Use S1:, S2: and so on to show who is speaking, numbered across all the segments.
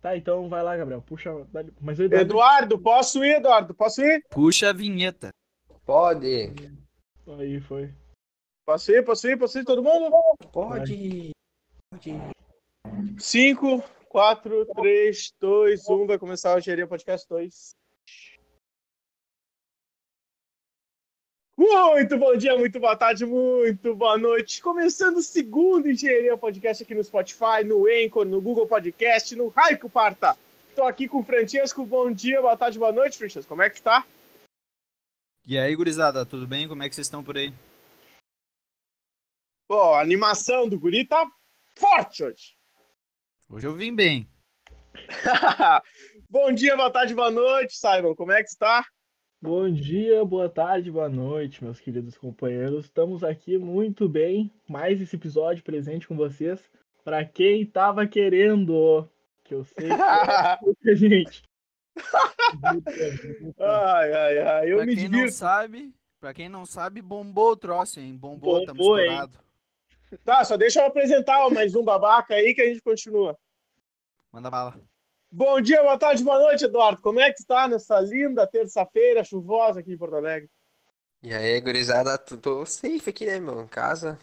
S1: Tá, então vai lá, Gabriel. Puxa. dá-lhe- Mas o Eduardo.
S2: Eduardo, posso ir, Eduardo? Posso ir?
S3: Puxa a vinheta.
S4: Pode.
S1: Aí foi.
S2: Posso ir, posso ir, posso ir, todo mundo?
S4: Pode. Pode.
S2: 5, 4, 3, 2, 1. Vai começar a Algeria Podcast 2. Muito bom dia, muito boa tarde, muito boa noite. Começando o segundo Engenharia Podcast aqui no Spotify, no Anchor, no Google Podcast, no Raico Parta. Tô aqui com o Francesco. Bom dia, boa tarde, boa noite, Francesco. Como é que tá?
S3: E aí, gurizada, tudo bem? Como é que vocês estão por aí?
S2: Pô, a animação do guri tá forte hoje.
S3: Hoje eu vim bem.
S2: bom dia, boa tarde, boa noite, Simon. Como é que está?
S1: Bom dia, boa tarde, boa noite, meus queridos companheiros. Estamos aqui muito bem. Mais esse episódio presente com vocês. Pra quem tava querendo. Que eu sei que muita gente.
S2: Ai, ai, ai, eu
S3: pra
S2: me
S3: quem não
S2: divirto.
S3: sabe, pra quem não sabe, bombou o troço, hein? Bombou, tá
S1: Bombou, hein?
S3: misturado.
S2: Tá, só deixa eu apresentar mais um babaca aí que a gente continua.
S3: Manda bala.
S2: Bom dia, boa tarde, boa noite, Eduardo. Como é que está nessa linda terça-feira chuvosa aqui em Porto Alegre?
S4: E aí, gurizada, tu- tô safe aqui, né, meu? Em casa.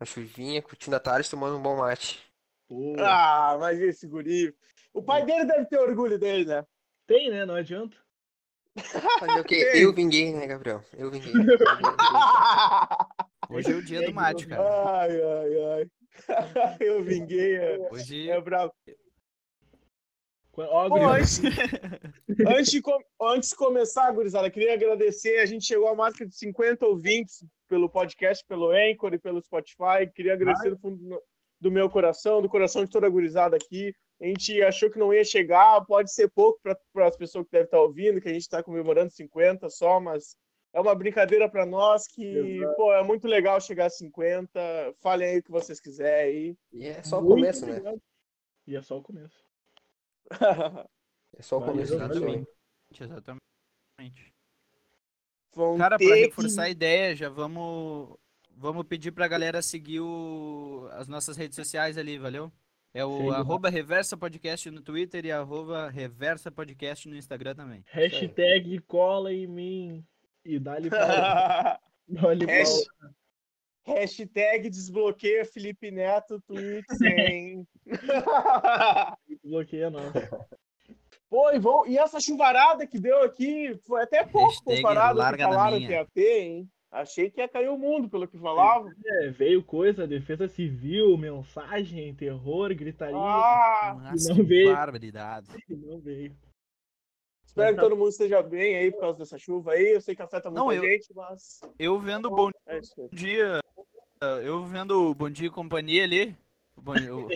S4: Na chuvinha, curtindo a tarde, tomando um bom mate.
S1: Pô,
S2: Ah, mas esse guri. O pai dele deve ter orgulho dele, né?
S1: Tem, né? Não adianta.
S4: Fazer o quê?
S2: Ei.
S4: Eu vinguei, né, Gabriel? Eu vinguei.
S2: ai,
S3: Hoje é o dia do mate, cara.
S2: ai, ai. Eu vinguei. É,
S3: Hoje
S2: é bravo.
S1: Ó,
S2: Pô,
S1: Gabriel,
S2: antes, antes, de com- antes de começar, gurizada, queria agradecer. A gente chegou à marca de 50 ouvintes pelo podcast, pelo Anchor e pelo Spotify. Queria agradecer do fundo do meu- do meu coração, do coração de toda a gurizada aqui. A gente achou que não ia chegar, pode ser pouco para as pessoas que devem estar ouvindo, que a gente está comemorando 50 só, mas é uma brincadeira para nós que, pô, é muito legal chegar a 50. Falem aí o que vocês quiserem
S4: E é só o
S2: Muito
S4: começo, né?
S1: E é só o começo.
S2: aí.
S4: É só o
S1: Valeu,
S4: começo do
S1: valeu.
S4: sonho.
S3: exatamente.
S2: Vão
S3: Cara,
S2: ter
S3: pra
S2: que-
S3: reforçar a ideia, já vamos, vamos pedir pra galera seguir o- as nossas redes sociais ali, valeu? É o
S1: Sim,
S3: arroba Reversa Podcast no Twitter e arroba Reversa Podcast no Instagram também.
S1: Hashtag cola em mim. E dá-lhe pau. Dá-lhe pau.
S2: Hash- Hashtag desbloqueia Felipe Neto, tweet sem.
S1: Bloqueia não.
S2: Pô, e, vão- e essa chuvarada que deu aqui foi até pouco
S3: Hashtag
S2: comparado ao que
S3: larga na
S2: falaram
S3: minha.
S2: que ia ter, hein? Achei que ia cair o mundo pelo que falavam.
S1: É, veio coisa, defesa civil, mensagem, terror, gritaria.
S2: Ah,
S3: Nossa,
S1: não
S3: que
S1: veio.
S3: barbaridade.
S1: Não veio.
S2: espero que todo mundo esteja bem aí por causa dessa chuva aí. Eu sei que afeta muita
S3: Não, eu-
S2: gente, mas.
S3: Eu vendo Bom
S2: É isso aí.
S3: Dia, eu vendo o Bom Dia e Companhia ali. o Bom Dia- o-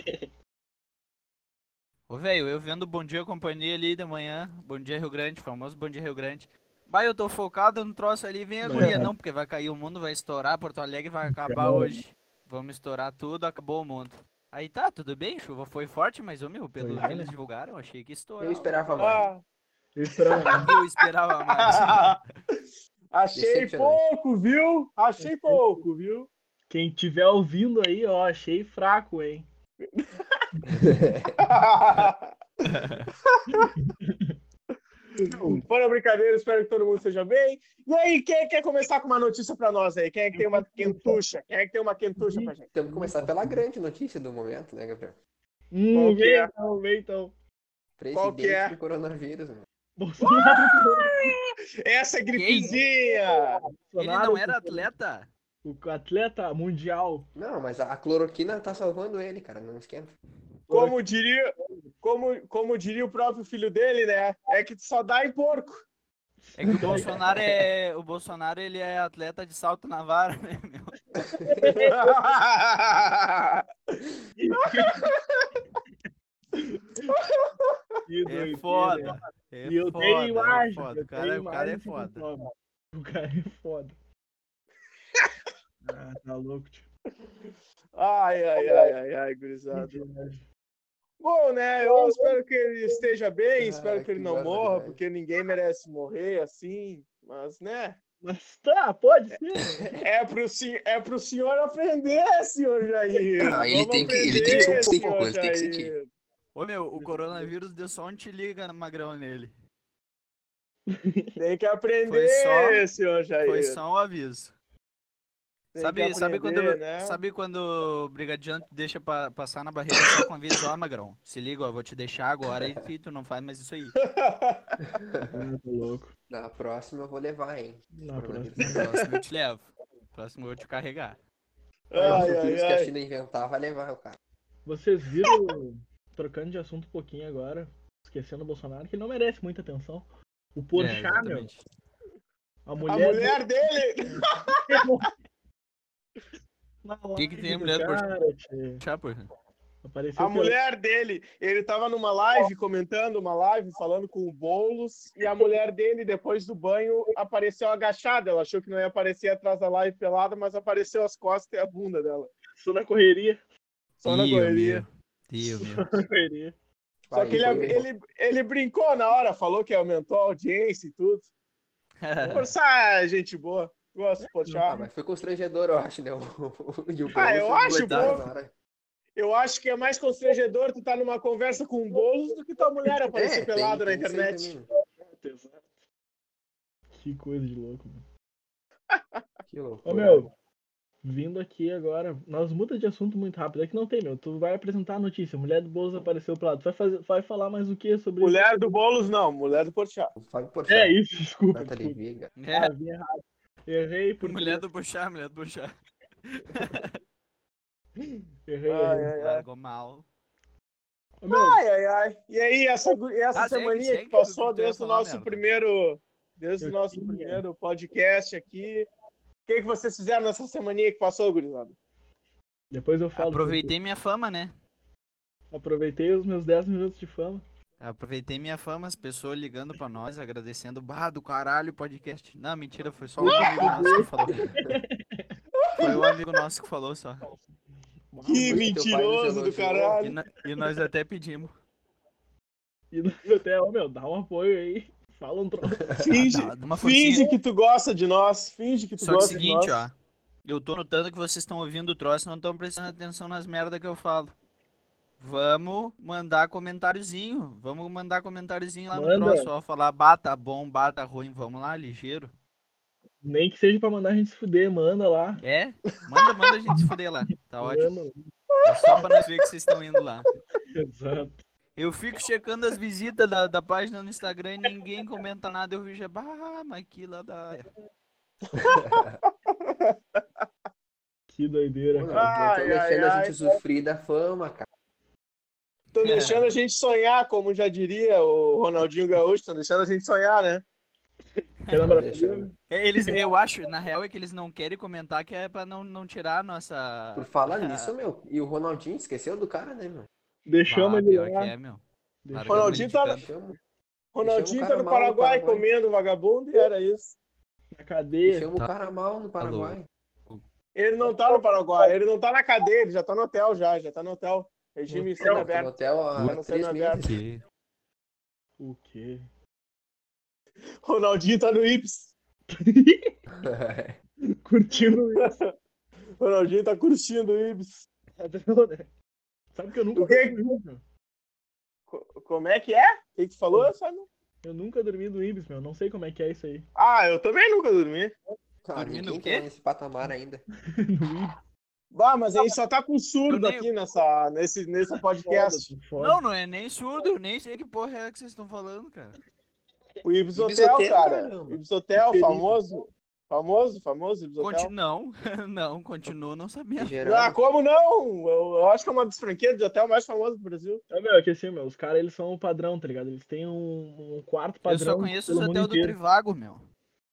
S3: Ô, velho, eu vendo o Bom Dia e Companhia ali de manhã, Bom Dia Rio Grande, famoso Bom Dia Rio Grande. Vai, eu tô focado no troço ali, vem a
S1: Não.
S3: guria, não, porque vai cair o mundo, vai estourar, Porto Alegre vai acabar
S1: Não.
S3: hoje. Vamos estourar tudo, acabou o mundo. Aí tá, tudo bem, chuva foi forte, mas, ô meu, pelo
S1: Pois
S3: que
S1: é,
S3: eles
S1: né?
S3: divulgaram, achei que
S4: Eu
S3: estourou.
S4: esperava mais.
S2: Ah,
S1: Estranho.
S3: Eu esperava mais.
S2: Ah, achei
S4: Decepcionante.
S2: pouco, viu? Achei pouco, viu?
S1: Quem tiver ouvindo aí, ó, achei fraco, hein?
S2: Fora brincadeira, espero que todo mundo esteja bem. E aí, quem quer começar com uma notícia pra nós aí? Quem é que tem uma quentucha? Quem é que tem uma quentucha pra gente?
S4: Temos que começar pela grande notícia do momento, né, Gabriel?
S1: Hum,
S2: Qual que
S1: vem
S2: é?
S1: então, vem então.
S4: Presidente
S2: Qual que é?
S4: do coronavírus, né? mano.
S1: Bolsonaro,
S2: Essa gripezinha!
S3: Ele não era atleta?
S1: o atleta mundial.
S4: Não, mas a a cloroquina tá salvando ele, cara. Não esquenta.
S2: Como diria, como, como diria o próprio filho dele, né? É que só dá em porco.
S3: É que o Bolsonaro é. O Bolsonaro ele é atleta de salto na vara, né, meu?
S1: Que
S3: É
S1: doideira.
S3: foda. É
S1: E eu
S3: foda,
S1: tenho
S3: é
S1: imagem.
S3: foda.
S1: eu
S3: O cara,
S1: tenho
S3: o cara é
S1: imagem que
S3: foda.
S1: comprova. O cara é foda. Ah, tá louco, tio.
S2: Ai, ai, ai, ai, ai,
S3: Tá
S2: gurizada. Bom, né? Eu espero que ele esteja bem, espero
S4: Ah,
S2: que ele
S4: que
S2: não morra,
S4: barbaridade.
S2: porque ninguém merece morrer assim. Mas, né?
S1: Mas tá, pode ser.
S2: É pro, sen- é pro senhor aprender, senhor Jair.
S4: Ah, ele
S2: Vamos
S4: tem que- ele tem que
S2: aprender,
S4: sentir um pouco,
S2: senhor
S4: ele tem que
S2: Jair.
S4: sentir.
S3: Ô meu, o coronavírus deu só um te liga magrão nele.
S2: Tem que aprender,
S3: Foi
S2: senhor Jair.
S3: Foi só um aviso.
S2: Tem
S3: sabe,
S2: que
S3: sabe, quando,
S2: aprender, né?
S3: sabe quando o brigadiano te deixa pa- passar na barreira só com aviso, ó, magrão? Se liga, ó, vou te deixar agora e tu não faz mais isso aí. É.
S1: Ah, tô louco.
S4: Na próxima eu vou levar, hein?
S1: Na próxima.
S3: Próximo eu te levo. Próximo eu vou te carregar.
S2: Ai,
S4: Os vírus que a
S2: ai, ai.
S4: China inventar vai levar o cara.
S1: Vocês viram, trocando de assunto um pouquinho agora, esquecendo o Bolsonaro, que ele não merece muita atenção. O
S3: É,
S1: Porchat, meu,
S3: exatamente.
S1: a
S2: A
S1: mulher,
S2: mulher dele!
S1: O
S3: que que tem a mulher do Tchau, porra.
S1: Apareceu
S2: A
S1: pela-
S2: mulher dele! Ele tava numa live, comentando uma live, falando com o Boulos, e a mulher dele, depois do banho, apareceu agachada. Ela achou que não ia aparecer atrás da live pelada, mas apareceu as costas e a bunda dela.
S1: Só na correria.
S2: Só um na
S3: Ih,
S2: correria.
S3: meu. Ih, meu.
S1: Na correria.
S2: Só que ele, é
S4: Vai, foi-
S2: ele, ele brincou na hora, falou que aumentou a audiência e tudo.
S3: É.
S2: Forçar, gente boa. Gosto de
S4: Ah,
S2: Porchat.
S4: mas foi constrangedor, eu acho, né? O, o, e o
S2: Tá. Ah, eu
S4: Boulos,
S2: acho,
S4: coitado,
S2: pô.
S4: na hora.
S2: Eu acho que é mais constrangedor tu tá numa conversa com um Boulos do que tua mulher aparecer
S4: É, tem-
S2: pelada na
S4: tem né? isso aí
S2: internet.
S4: também.
S1: Que coisa de louco, mano.
S4: Que loucura.
S1: Ô, meu, vindo aqui agora, nós muda de assunto muito rápido. É que não tem, meu. Tu vai apresentar a notícia. Mulher do Bolsonaro apareceu pra lá. Tu vai, fazer, vai falar mais o que sobre isso?
S2: Mulher do Boulos, não. Mulher do Porchat.
S4: O Fábio Porchat,
S1: É isso, desculpa.
S4: Natalie
S1: desculpa.
S4: Viga.
S1: Ah,
S3: É,
S1: vim errado. Errei por
S3: mulher do Puxar, mulher do Puxar. Ah,
S1: Errei,
S2: Ai,
S1: errei.
S2: ai, ai.
S3: Largou mal.
S1: Ô, meu,
S2: Ai, ai, ai. E aí, essa, gu- e essa
S3: Ah, segue,
S2: semaninha
S3: segue
S2: que
S3: que eu
S2: passou
S3: tô
S2: desde o
S3: falando
S2: nosso
S3: merda.
S2: primeiro. Desde o
S1: Eu
S2: nosso
S1: tinha.
S2: primeiro podcast aqui. O que, que vocês fizeram nessa semaninha que passou, gurizada?
S1: depois eu falo.
S3: Aproveitei minha fama, né?
S1: Aproveitei os meus 10 minutos de fama.
S3: Aproveitei minha fama, as pessoas ligando pra nós, agradecendo. Bah, do caralho, podcast. Não, mentira, foi só um amigo nosso que falou. Foi um amigo nosso que falou só.
S2: Que
S4: Muito teu pai nos
S2: mentiroso do
S4: elogiou.
S3: E,
S2: caralho.
S3: no- e nós até pedimos.
S1: E no até, ô meu, dá um apoio aí. Fala um troço.
S2: Finge,
S3: Dá- dá uma forcinha.
S2: finge que tu gosta de nós. Finge que tu
S3: Só que o
S2: gosta de nós.
S3: seguinte, ó. Eu tô notando que vocês estão ouvindo o troço e não estão prestando atenção nas merdas que eu falo. Vamos mandar comentáriozinho. Vamos mandar comentáriozinho lá
S1: Manda.
S3: no troço. Ó, falar bata bom, bata ruim. Vamos lá, ligeiro.
S1: Nem que seja pra mandar a gente se fuder, manda lá.
S3: É? Manda, manda a gente se fuder lá. Tá ótimo.
S1: Manda.
S3: É só pra nós ver que vocês estão indo lá.
S1: Exato.
S3: Eu fico checando as visitas da, da página no Instagram e ninguém comenta nada. Eu vejo, ah, mas que lá da.
S1: Que doideira,
S4: Pô,
S1: cara.
S2: Ai,
S4: Estão deixando
S2: ai,
S4: a gente sofrer da fama, cara.
S2: Estão
S3: é.
S2: deixando a gente sonhar, como já diria o Ronaldinho Gaúcho, estão deixando a gente sonhar, né?
S1: Quer
S4: Tão
S1: lembrar?
S4: deixando.
S3: É, Eles, eu acho, na real, é que eles não querem comentar que é pra não, não tirar a nossa.
S4: Por falar
S2: Ah.
S4: nisso, meu, e o Ronaldinho esqueceu do cara, né, meu?
S1: Deixamos
S3: Ah,
S1: ele
S3: pior que
S1: lá.
S3: é, meu. é
S1: Deixamos-
S3: Largamos
S2: Ronaldinho
S3: ele de
S2: tá-
S3: canto.
S4: Chama,
S2: Ronaldinho
S4: Deixamos
S2: tá
S4: o
S2: no
S4: um cara mal no
S2: Paraguai
S4: Paraguai.
S2: comendo vagabundo e era isso.
S1: na cadeia.
S4: chama o cara mal no Paraguai.
S2: Ele não tá no Paraguai, ele não tá na cadeia, ele já tá no hotel já, já tá no hotel. Regime
S1: Hotel.
S2: sendo
S4: Tá no
S2: aberto.
S4: hotel há
S2: Tá no
S4: três
S2: sendo
S4: meses.
S2: aberto.
S3: Que-
S1: O quê?
S2: Ronaldinho tá no Ips.
S1: Curtindo isso.
S2: Ronaldinho tá curtindo o Ips.
S1: Adão, né? Sabe que eu nunca
S2: O quê?
S1: dormi do Ibis, meu.
S2: Co- como é que é? O que que tu falou? Eu só não-
S1: Eu nunca dormi do Ibis, meu. Não sei como é que é isso aí.
S2: Ah, eu também nunca dormi.
S4: Ah,
S3: Dormindo
S4: ninguém
S3: o quê?
S4: tá nesse patamar ainda.
S1: No Ibis,
S2: Bah, mas a gente só tá com surdo
S3: Eu nem-
S2: aqui nessa, nesse, nesse podcast.
S1: foda, foda.
S3: Não, não é nem surdo, eu nem sei que porra é que vocês estão falando, cara.
S2: O Ibis
S4: Ibis
S2: Hotel,
S4: Hotel,
S2: cara.
S4: caramba.
S2: Ibis Hotel,
S1: Feliz.
S2: famoso. Famoso, famoso Ibis Hotel.
S3: Conti- Não, não, continuo não sabia.
S2: Ah,
S4: Geraldo,
S2: como não? Eu, eu acho que é uma das franquias de hotel mais famosas do Brasil.
S1: É, meu, é que assim, meu, os caras eles são um padrão, tá ligado? Eles têm um, um quarto
S3: Eu
S1: padrão.
S3: só conheço os
S1: pelo mundo
S3: hotel do
S1: inteiro.
S3: Trivago, meu.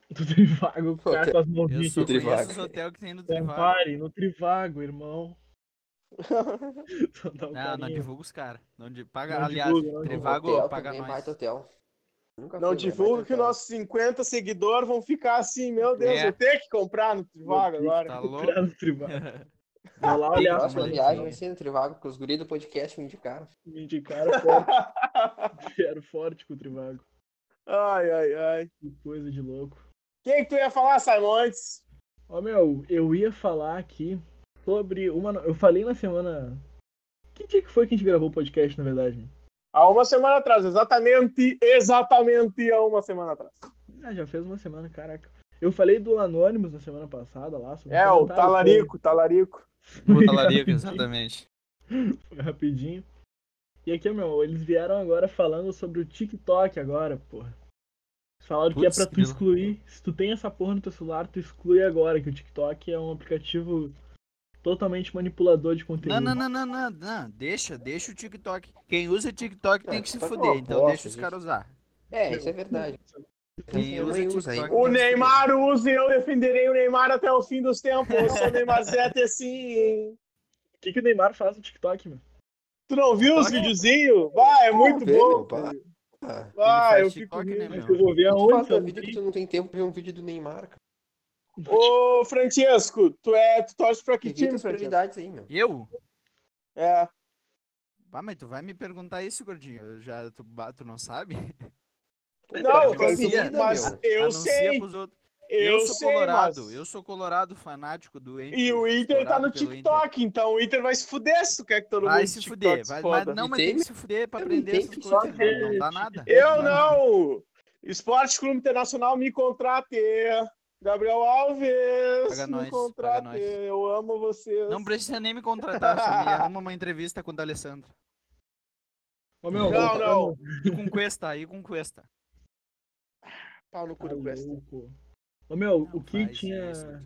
S1: do Trivago, com o cara com as
S3: Eu
S1: mãozinhas. assim,
S3: só
S1: aqui.
S3: conheço
S4: Trivago.
S3: os hotel que tem no Trivago.
S1: Ampare no Trivago, irmão. Só dá um
S3: Não, não
S1: carinho.
S3: divulga os caras. Não di- paga,
S1: Não
S3: aliás,
S1: divulga, não
S3: Trivago
S4: hotel
S3: paga
S4: também, é
S3: nós.
S4: baita hotel. Nunca
S2: Não
S4: fui, mas é
S2: divulga
S4: baita
S2: que
S4: hotel.
S2: nossos 50 seguidores vão ficar assim, meu Deus,
S3: É.
S2: eu tenho que comprar no Trivago agora.
S3: Tá
S1: Vou
S3: louco?
S1: tirar do Trivago. Vou lá olhar
S4: A
S1: as
S4: próxima
S3: Olha,
S4: viagem vai
S3: olha.
S4: ser no Trivago, que os guris do podcast me indicaram.
S1: me indicaram forte. Vieram forte com o Trivago.
S2: Ai, ai, ai.
S1: Que coisa de louco.
S2: Quem que tu ia falar, Simon, antes?
S1: Ó, meu, eu ia falar aqui sobre uma. no- Eu falei na semana Que dia que foi que a gente gravou o podcast, na verdade?
S2: Há uma semana atrás, exatamente, exatamente há uma semana atrás.
S1: Ah, já fez uma semana, caraca. Eu falei do Anonymous na semana passada lá. sobre
S2: É, o
S1: comentário,
S2: talarico, talarico.
S3: Puta larica, exatamente.
S1: Foi, foi rapidinho. E aqui, meu, eles vieram agora falando sobre o TikTok agora, porra. Eles Falaram que é
S3: Putz,
S1: pra tu
S3: grilo.
S1: excluir. Se tu tem essa porra no teu celular, tu exclui agora, que o TikTok é um aplicativo totalmente manipulador de conteúdo.
S3: Não, não, não, não, não, não. Deixa, deixa o TikTok. Quem usa TikTok tem
S4: Ah,
S3: que se
S4: TikTok é uma
S3: fuder, então
S4: bosta,
S3: deixa os
S4: gente.
S3: caras usar.
S4: É, isso é verdade.
S1: Então,
S3: Quem
S4: Eu
S3: usa
S4: nem uso
S3: TikTok
S4: ainda.
S3: tem
S2: O
S3: que se fuder.
S2: Neymar usa e eu defenderei o Neymar até o fim dos tempos. Eu sou Neymar Zete, sim.
S1: O que, que o Neymar faz no TikTok, meu?
S2: Tu não viu os
S3: Olha.
S2: videozinhos? Vai, é muito
S4: Não, velho,
S2: bom.
S4: pá.
S2: cara.
S4: Ah,
S2: Vai,
S3: faz
S2: eu fico
S3: TikTok, né,
S2: rindo.
S3: meu?
S1: Mas eu vou ver
S4: tu
S1: aonde.
S4: faz
S1: eu
S4: um vídeo que
S1: vi.
S4: tu não tem tempo pra ver um vídeo do Neymar, cara.
S2: Ô, Francesco, tu, é, tu torce pra que
S4: Evita
S2: time,
S4: as
S2: Francesco?
S4: prioridades aí, meu.
S3: Eu?
S2: É.
S3: Ah, mas tu vai me perguntar isso, gordinho. Eu já, tu, ba- tu não sabe?
S4: Pô, cara,
S2: Não,
S3: mas
S4: tu faz
S3: eu-
S2: eu,
S4: vida,
S2: mas
S4: meu.
S2: eu
S3: Anuncia
S2: sei,
S3: pros outros.
S2: eu,
S3: sou
S2: sei,
S3: colorado,
S2: mas...
S3: eu sou colorado fanático do Inter.
S2: E o Inter tá
S3: estourado
S2: no
S3: pelo Inter.
S2: TikTok, então o Inter vai se fuder se tu quer que todo
S3: Vai
S2: mundo
S3: se
S2: TikTok
S3: fuder, vai, mas
S2: foda.
S3: não, mas
S4: E
S3: tem
S4: tem-
S3: que se fuder pra
S4: Não, e
S3: aprender
S4: tem
S3: essas
S4: que
S1: só
S3: coisas,
S1: ter-
S3: não dá nada.
S2: Eu não! Esporte Clube Internacional me contrate! Gabriel Alves,
S3: Paga
S2: me
S3: nós,
S2: contrate!
S3: paga nós.
S2: Eu amo vocês.
S3: Não precisa nem me contratar, só me arruma uma entrevista com o D'Alessandro.
S1: Ô, meu,
S4: Não,
S1: voltando-
S2: não.
S3: E com Cuesta, e com Cuesta.
S4: Pau no cu do Quest.
S1: Maluco. Ô, meu, o
S3: Não
S1: que
S3: faz
S1: tinha.
S3: isso, cara.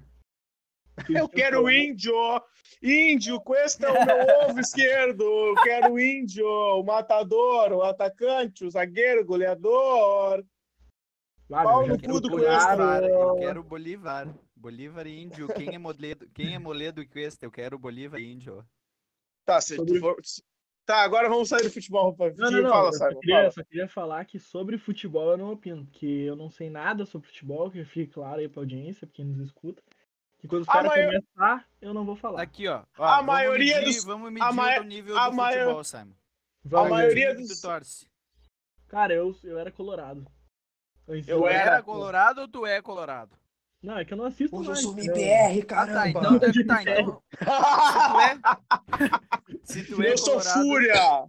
S1: o que tinha
S2: Eu quero
S1: falado-
S2: índio! Índio, Cuesta é o meu ovo esquerdo! Eu quero índio! O matador, o atacante, o zagueiro, o goleador!
S1: Ah,
S2: Pau
S1: meu,
S2: no
S1: já
S3: Eu
S2: cu
S1: quero
S3: quero
S2: do
S1: Bolsonaro,
S3: Bolivar, eu
S1: ó.
S3: quero Bolivar. Bolivar e Índio. Quem é Moledo, quem é Moledo e Cuesta? Eu quero Bolivar e Índio.
S2: Tá, se
S1: Sobre-
S2: tu for... Tá, agora vamos sair do futebol, rapaz.
S1: Não, não, não.
S2: Fala,
S1: eu só,
S2: Simon,
S1: queria,
S2: fala.
S1: só queria falar que sobre futebol eu não opino, porque eu não sei nada sobre futebol, que fique claro aí pra audiência, pra quem nos escuta. Que quando os
S2: A
S1: caras
S2: maio-
S1: começar, eu não vou
S3: Tá
S1: falar.
S3: aqui, ó. Ó,
S2: A
S3: vamos
S2: maioria
S3: medir,
S2: dos-
S3: Vamos
S2: a
S3: medir
S2: mai-
S3: o nível
S2: a
S3: do
S2: maio-
S3: futebol, Simon.
S1: Vai,
S2: a
S1: meu.
S2: maioria
S3: Quem
S2: dos-
S3: Tu torce.
S1: Cara, eu, eu era colorado. Antes
S2: Eu
S3: Tu
S1: de-
S2: era,
S3: era colorado ou tu é colorado?
S1: Não, é que eu não assisto
S4: Hoje eu
S1: mais.
S4: sou
S1: entendeu?
S4: MBR,
S3: Ah, tá.
S4: caramba.
S3: Então, deve- tá, então se tu é... Se tu é
S2: Eu sou
S3: colorado,
S2: fúria!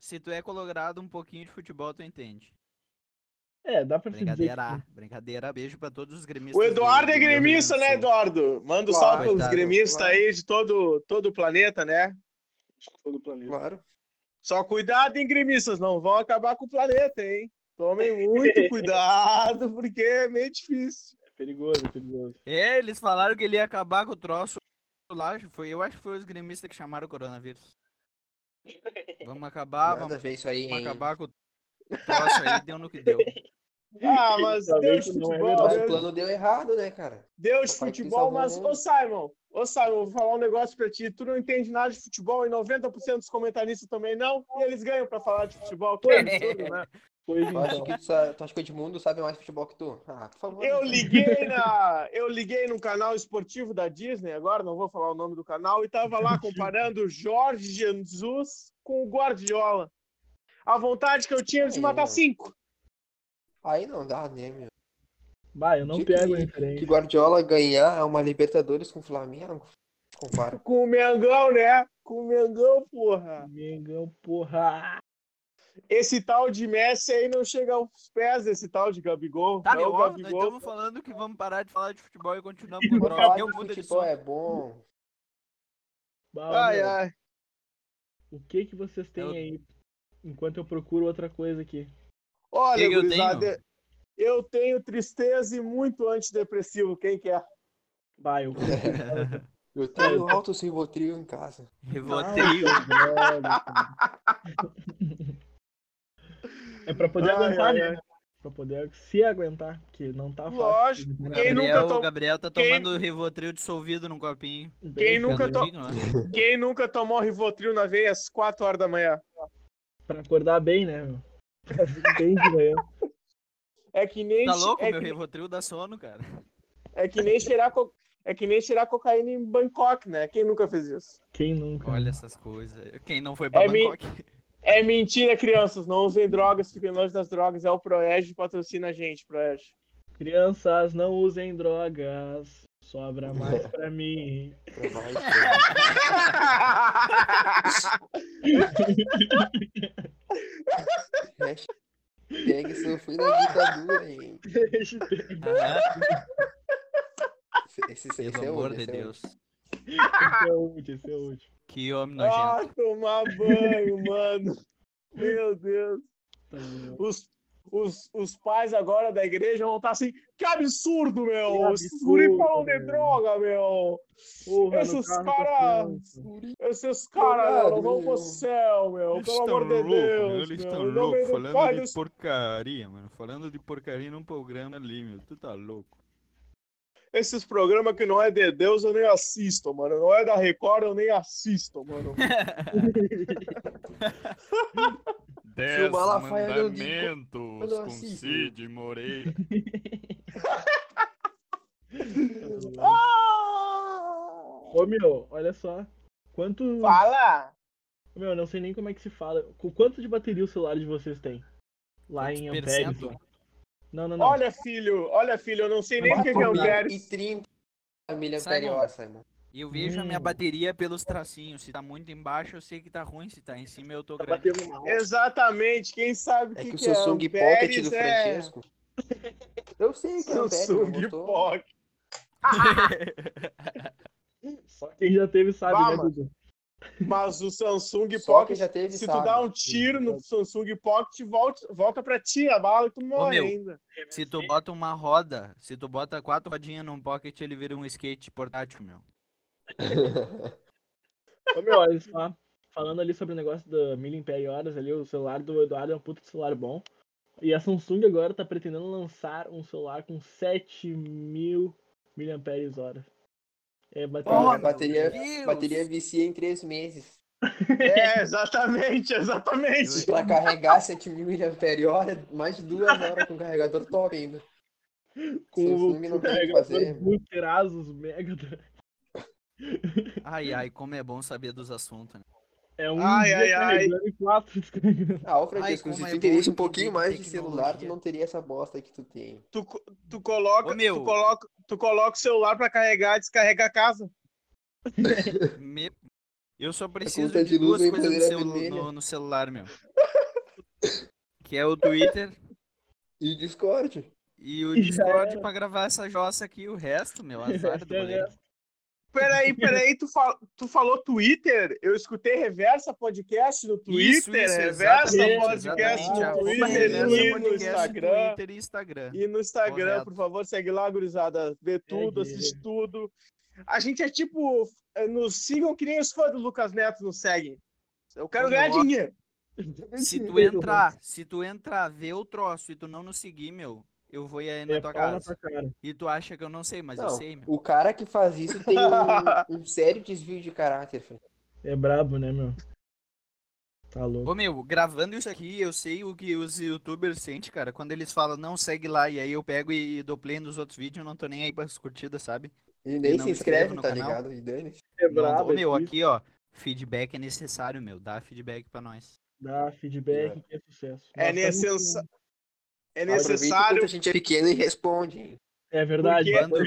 S3: Se tu é colorado, um pouquinho de futebol tu entende.
S1: É, dá pra se dizer. que
S3: Brincadeira, brincadeira. Beijo pra todos os gremistas.
S2: O Eduardo
S3: do-
S2: é
S3: do Rio Grande do
S2: gremista, né,
S3: Sul.
S2: Eduardo? Manda um
S4: Claro,
S2: salve pelos
S3: coitado,
S2: gremistas
S4: claro.
S2: aí de todo, todo o planeta, né?
S1: todo o planeta.
S4: Claro.
S2: Só cuidado, hein, gremistas, não vão acabar com o planeta, hein? Tomem muito cuidado, porque é meio difícil.
S1: É perigoso, é perigoso.
S3: É, eles falaram que ele ia acabar com o troço lá. Foi, eu acho que foi os gremistas que chamaram o coronavírus. Vamos acabar,
S4: Nada a
S3: vamos,
S4: ver isso aí,
S3: vamos
S4: hein.
S3: acabar com o troço aí, deu no que deu.
S2: Ah, mas
S1: Talvez
S2: Deus de
S1: não é
S2: futebol,
S4: Mas
S1: verdade.
S4: o
S2: Deus,
S4: plano deu errado, né, cara?
S2: Deus de
S4: Papai Cris
S2: futebol, mas,
S4: salvou o
S2: ô Simon, ô Simon, vou falar um negócio pra ti. Tu não entende nada de futebol e 90% dos comentaristas também não, e eles ganham pra falar de futebol. Que
S1: é
S2: absurdo, né?
S1: Pois
S4: Tu acha
S1: então.
S4: que, tu, sa- tu acha que o Edmundo sabe mais futebol que tu? Ah, por favor.
S1: é
S2: Eu
S4: né?
S2: liguei na, eu liguei num canal esportivo da Disney, agora não vou falar o nome do canal, e tava lá comparando o Jorge Jesus com o Guardiola. A vontade que eu tinha era de
S4: Aí,
S2: matar
S4: mano.
S2: cinco.
S4: Aí não dá, né, meu?
S1: Bah, eu não
S4: Que-
S1: pego a
S4: Que
S1: referência.
S4: Guardiola ganhar uma Libertadores com o Flamengo? Compara.
S2: Com o Mengão, né? Com o Mengão, porra.
S1: Mengão, porra.
S2: Esse tal de Messi aí não chega aos pés desse tal de Gabigol.
S3: Tá,
S2: não,
S3: meu,
S2: o
S3: ó, nós
S2: Gabigol.
S3: estamos falando que vamos parar de falar de futebol e continuamos com o
S4: Vamos
S3: troço.
S4: falar
S3: Eu
S4: que
S3: mudo de
S4: futebol
S3: assunto.
S4: é bom.
S1: Bah,
S2: Ai,
S1: meu,
S2: ai.
S1: O que que vocês têm
S3: Eu-
S1: aí? Enquanto eu procuro outra coisa aqui.
S2: Olha,
S3: Que que eu
S2: gurizada,
S3: tenho?
S2: eu tenho tristeza e muito antidepressivo, quem é? quer?
S1: Bah, eu
S4: Eu tenho Tá alto Rivotril em casa.
S3: Revoteio.
S1: É pra poder
S2: Ai,
S1: aguentar,
S2: ai,
S1: né? Pra poder se aguentar, porque não tá fácil.
S2: Lógico,
S3: O
S2: Quem nunca
S3: Gabriel,
S2: to-
S3: o Gabriel tá
S2: quem-
S3: tomando Revotril dissolvido num copinho.
S2: Quem
S1: Bem,
S2: nunca
S1: cara,
S2: to-
S3: Fica né? no vinho,
S1: Tá
S3: ó.
S2: Quem nunca tomou Rivotril na veia às 4 horas da manhã?
S1: Pra acordar bem, né? meu? Pra vir bem de manhã.
S2: É que nem
S3: Tá
S2: che-
S3: louco?
S2: é,
S3: Meu
S2: que,
S3: Revotril dá sono, cara.
S2: é que nem cheirar co- é que nem cheirar cocaína em Bangkok, né? Quem nunca fez isso?
S1: Quem nunca?
S3: Olha essas coisas. Quem não foi pra
S2: É mi-
S3: Bangkok?
S2: É mentira, crianças, não usem drogas, fiquem longe das drogas, é o Proege que patrocina a gente, Proege.
S1: Crianças, não usem drogas. Sobra mais pra mim.
S4: Vai, pô. Hashtag sofri na ditadura, hein? Esse, esse, esse
S3: Ah, Pelo
S4: é
S3: amor
S4: outro,
S3: de
S4: esse é
S3: Deus.
S4: outro.
S1: Esse é o último, esse é o último.
S3: Que homem
S2: ah,
S3: nojento.
S2: tomar banho, mano. Meu Deus.
S1: Tá bom.
S2: Os, os, os pais agora da igreja vão estar assim, que absurdo, meu.
S1: Que
S2: Esses guri
S1: absurdo,
S2: falam de
S1: meu.
S2: droga, meu.
S1: Porra, no
S2: Esses
S1: carro, tá
S2: caras-
S1: confiança.
S2: Esses caras,
S4: Drogado,
S2: meu, vão pro
S4: meu.
S2: céu, meu. Pelo amor de Deus,
S3: eles
S2: meu.
S3: estão
S2: Em nome
S3: loucos,
S2: do
S3: falando
S2: Pai,
S3: de
S2: do Filho-
S3: porcaria, mano. Falando de porcaria num programa ali, meu. Tu tá louco.
S2: Esses programas que não é de Deus, eu nem assisto, mano. Não é da Record, eu nem assisto, mano.
S4: Se o Malafaia não diz, assim, eu
S5: mandamentos
S4: não
S5: com
S4: assisto.
S5: Cid Moreira.
S2: Ah!
S1: Ô meu, olha só. Quanto.
S2: Fala!
S1: Meu, eu não sei nem como é que se fala. Com quanto de bateria o celular de vocês tem? Lá em
S3: Quantos
S1: amperes?
S3: percento?
S1: Não, não, não.
S2: Olha, filho, olha, filho, eu não sei nem o que que é
S1: Não,
S2: um
S4: E
S2: Pérez.
S4: 30 milha
S3: Simon.
S4: periosa, irmão.
S3: E eu vejo a minha
S1: Hum.
S3: bateria pelos tracinhos. Se tá muito embaixo, eu sei que tá ruim. Se tá em cima, eu tô
S1: tá
S3: grande.
S1: batendo mal.
S2: Exatamente, quem sabe o
S4: É
S2: que,
S4: que o
S2: que é
S4: Samsung
S2: Amperes
S4: Pocket do
S2: é- Então,
S4: Francesco. Eu sei que é Amperes,
S2: Samsung
S4: não gostou?
S2: Pocket.
S1: Só quem já teve sabe,
S2: Vá,
S1: né,
S2: mano.
S1: Dudu?
S2: Mas o Samsung
S4: Só que
S2: Pocket,
S4: já tá teve
S2: se tu
S4: sabe.
S2: dá um tiro no Samsung Pocket, volta, volta pra ti a bala e tu morre
S3: meu,
S2: ainda.
S3: Se tu bota uma roda, se tu bota quatro rodinhas num pocket, ele vira um skate portátil, meu.
S1: Ô, meu, olha só. Falando ali sobre o negócio da milha em pé e horas ali, o celular do Eduardo é um puta de celular bom. E a Samsung agora tá pretendendo lançar um celular com 7 mil miliamperes hora. É bateria.
S4: Cara,
S3: Porra,
S4: a bateria,
S3: Deus!
S4: bateria vicia em 3 meses.
S2: É, exatamente, exatamente.
S4: Pra carregar 7 mil mAh, mais de duas horas com carregador top ainda.
S1: com
S4: Samsung
S1: o
S4: não tem o que
S1: carregador
S4: fazer.
S1: Booster Asus Mega. da-
S3: Ai, ai, como é bom saber dos assuntos, né?
S1: É um
S2: Ai,
S1: dia
S2: ai, ai.
S1: carregando e quatro descarregando.
S4: Ah, ô
S3: Ai,
S4: Francisco,
S3: como é
S4: se
S3: bom
S4: tu tivesse um
S3: que tem
S4: pouquinho mais de
S3: tecnologia.
S4: celular, tu não teria essa bosta que tu tem.
S2: Tu, co- tu, coloca,
S3: Ô, meu.
S2: tu, coloca, tu coloca o celular pra carregar e descarrega a casa.
S3: Me- Eu só preciso
S4: conta
S3: de
S4: de
S3: duas
S4: luz vem
S3: coisas no,
S4: bandeira
S3: celu-
S4: vermelha.
S3: no- no celular, meu. Que é o Twitter
S4: E Discord?
S3: e o
S1: E já
S3: Discord pra gravar essa jossa aqui. O resto, meu, azar do
S1: É,
S3: goleiro.
S2: Peraí, peraí, tu, fal, tu falou Twitter? Eu escutei Reversa Podcast no
S3: Isso,
S2: Twitter,
S3: isso,
S2: Reversa
S1: exatamente,
S2: Podcast
S1: exatamente.
S2: no
S3: Arroba
S2: Twitter
S3: Reversa
S2: e no
S3: Podcast
S2: Instagram.
S3: Twitter e Instagram.
S2: E no Instagram,
S3: Correto.
S2: por favor, segue lá, gurizada. Vê tudo,
S1: Segue.
S2: assiste tudo. A gente é tipo, eh, nos sigam que nem os fãs do Lucas Neto nos seguem. Eu quero
S3: Ô,
S2: ganhar
S3: meu, ó,
S2: dinheiro.
S3: Se
S4: é
S3: tu entrar, se tu entrar, ver o troço e tu não nos seguir, meu, eu vou ir aí na
S1: é
S3: né, tua
S1: pau na tua
S3: casa.
S1: cara.
S3: E tu acha que eu não sei, mas eu
S4: Não.
S3: sei, meu.
S4: O cara que faz isso tem um, um sério desvio de caráter, Fran.
S1: É brabo, né, meu? Tá louco.
S3: Ô meu, gravando isso aqui, eu sei o que os youtubers sentem, cara. Quando eles falam, não, segue lá, e aí eu pego e, e dou play nos outros vídeos, eu não tô nem aí pras curtidas, sabe?
S4: E nem
S3: não
S4: se
S3: me inscrevo
S4: inscreve,
S3: no
S4: tá
S3: canal.
S4: ligado? E dane
S1: É
S3: Não,
S1: brabo,
S3: ô
S1: é
S3: meu,
S1: difícil.
S3: aqui ó, feedback é necessário, meu. Dá feedback pra nós.
S1: Dá feedback que é sucesso.
S2: É,
S1: Nós estamos-
S2: necessa- é
S4: Aproveita
S2: necessário
S4: enquanto a gente é pequeno e responde. hein?
S1: É verdade.
S2: Porque-
S1: mano.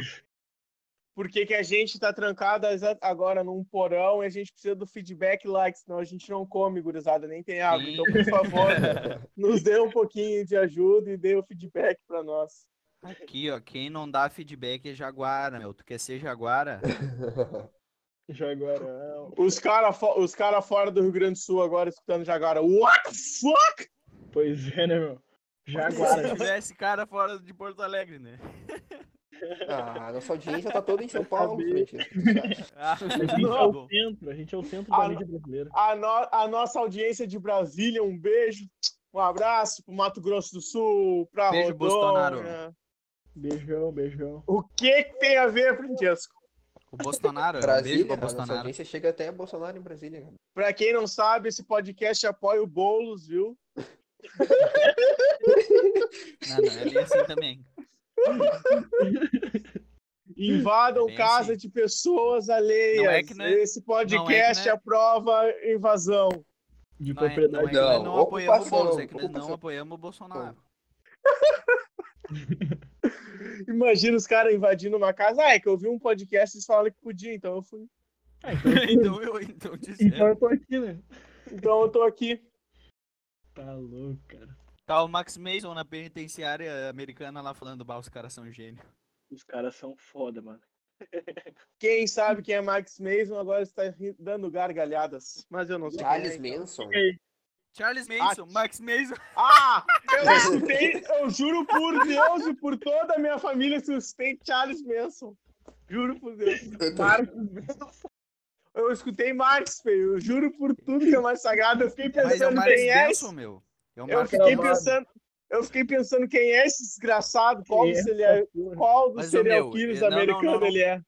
S2: porque que a gente tá trancado exa- agora num porão e a gente precisa do feedback lá, que senão a gente não come, gurizada, nem tem água.
S3: Sim.
S2: Então, por favor, nos dê um pouquinho de ajuda e dê o feedback pra nós.
S3: Aqui ó, quem não dá feedback é Jaguara, meu. Tu quer ser Jaguara?
S1: é, Jaguarão.
S2: Os caras os cara fora do Rio Grande do Sul agora escutando já agora. What the fuck?
S1: Pois é, né, meu?
S3: Se
S1: Jaguarão.
S3: tivesse cara fora de Porto Alegre, né?
S4: Ah, nossa audiência tá toda em São Paulo,
S1: Saber.
S4: Francisco. tu sabe?
S3: Ah,
S1: A gente é
S3: tá bom.
S1: o centro, a gente é o centro
S2: Ah,
S1: da mídia brasileira.
S2: a, no- a nossa audiência de Brasília, um beijo, um abraço pro Mato Grosso do Sul, pra
S3: Beijo,
S2: Rodônia.
S3: Bolsonaro.
S1: Beijão, beijão.
S2: O que que tem a ver, Francesco?
S3: O Bolsonaro, um beijo
S4: Brasília,
S3: pro
S4: a né? nossa
S3: Bolsonaro.
S4: audiência chega até Bolsonaro em Brasília. cara.
S2: Pra quem não sabe, esse podcast apoia o Boulos, viu?
S3: Não, não, é bem assim também.
S2: Invadam
S3: É bem
S2: casa
S3: assim.
S2: de pessoas alheias.
S3: Não é que não é-
S2: Esse podcast
S3: não é que não é-
S2: aprova invasão.
S1: De
S3: Não é, não é que
S1: propriedade.
S3: nós
S4: Não,
S3: não apoiamos o é Boulos,
S4: ocupação,
S3: é que nós não
S4: ocupação.
S3: apoiamos o Bolsonaro.
S2: Imagina os caras invadindo uma casa. Ah, é que eu vi um podcast e eles falaram que podia, então eu fui.
S1: Ah, então,
S3: então eu, então disse.
S1: então eu tô aqui, né?
S2: Então eu tô aqui.
S1: Tá louco, cara.
S3: Tá o Max Mason na penitenciária americana lá falando, bah, os caras são gênio.
S1: Os caras são foda, mano.
S2: Quem sabe quem é Max Mason agora está ri- dando gargalhadas. Mas eu não sei. quem é,
S4: Charles
S2: então.
S4: Manson.
S3: Charles Mason,
S2: Ah,
S3: Max Mason.
S2: Ah! Eu escutei, eu juro por Deus e por toda a minha família se escutei Charles Manson. Juro por Deus. Marcos Manson. Eu escutei Marx, feio. Eu juro por tudo que é mais sagrado. Eu fiquei
S3: Mas é o
S2: pensando
S3: Max
S2: quem é
S3: Benson,
S2: esse.
S3: meu. É o
S2: Eu
S3: Max
S2: fiquei
S1: Amado.
S2: pensando. Eu fiquei pensando quem é esse desgraçado, qual,
S1: Quem é
S2: dos seria, qual dos
S3: Mas, ô,
S2: serial
S3: meu,
S2: killers
S3: não, não, não,
S2: americanos
S3: não.
S2: ele é.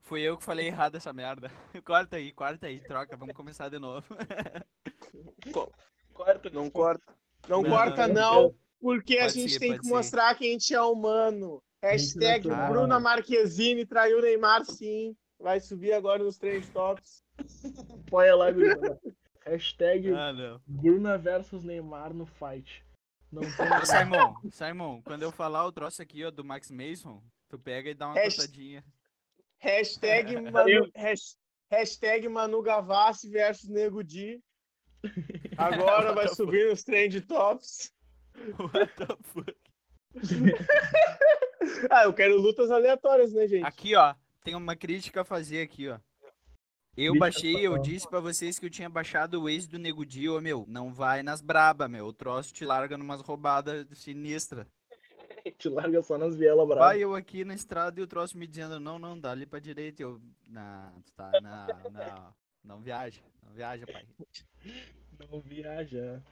S3: Fui eu que falei errado essa merda. Corta aí, corta aí, troca, vamos começar de novo.
S1: Corta,
S2: Não corta. Não,
S3: Não,
S2: corta,
S1: não,
S2: não, porque a
S3: Pode
S2: gente
S3: seguir,
S2: tem
S3: pode
S2: que
S3: seguir.
S2: mostrar que a gente é humano. Hashtag
S1: natural.
S2: Bruna Marquezine traiu o Neymar, sim. Vai subir agora nos três tops.
S1: Apoia lá, gurizada. né? Hashtag
S3: Ah, não.
S1: Bruna versus Neymar no fight. Não tem
S3: Ô, Simon, Simon, quando eu falar o troço aqui, ó, do Max Mason, tu pega e dá uma
S2: Hasht-
S3: cortadinha.
S2: Hashtag Manu, hash- hashtag Manu Gavassi versus Nego Di. Agora vai subir nos trend tops.
S3: What the fuck?
S2: Ah, eu quero lutas aleatórias, né, gente?
S3: Aqui, ó, tem uma crítica a fazer aqui, ó. Eu
S1: Crítica
S3: baixei, eu
S1: fatal.
S3: disse pra vocês que eu tinha baixado o Waze do Nego Di, ô meu, não vai nas braba, meu, o troço te larga numas roubadas sinistra.
S1: gente, larga só nas vielas, brabo.
S3: Vai eu aqui na estrada e o troço me dizendo, não, não, dá ali pra direita, eu, não, tu tá, não, não, não viaja, não viaja, pai.
S1: Não viaja.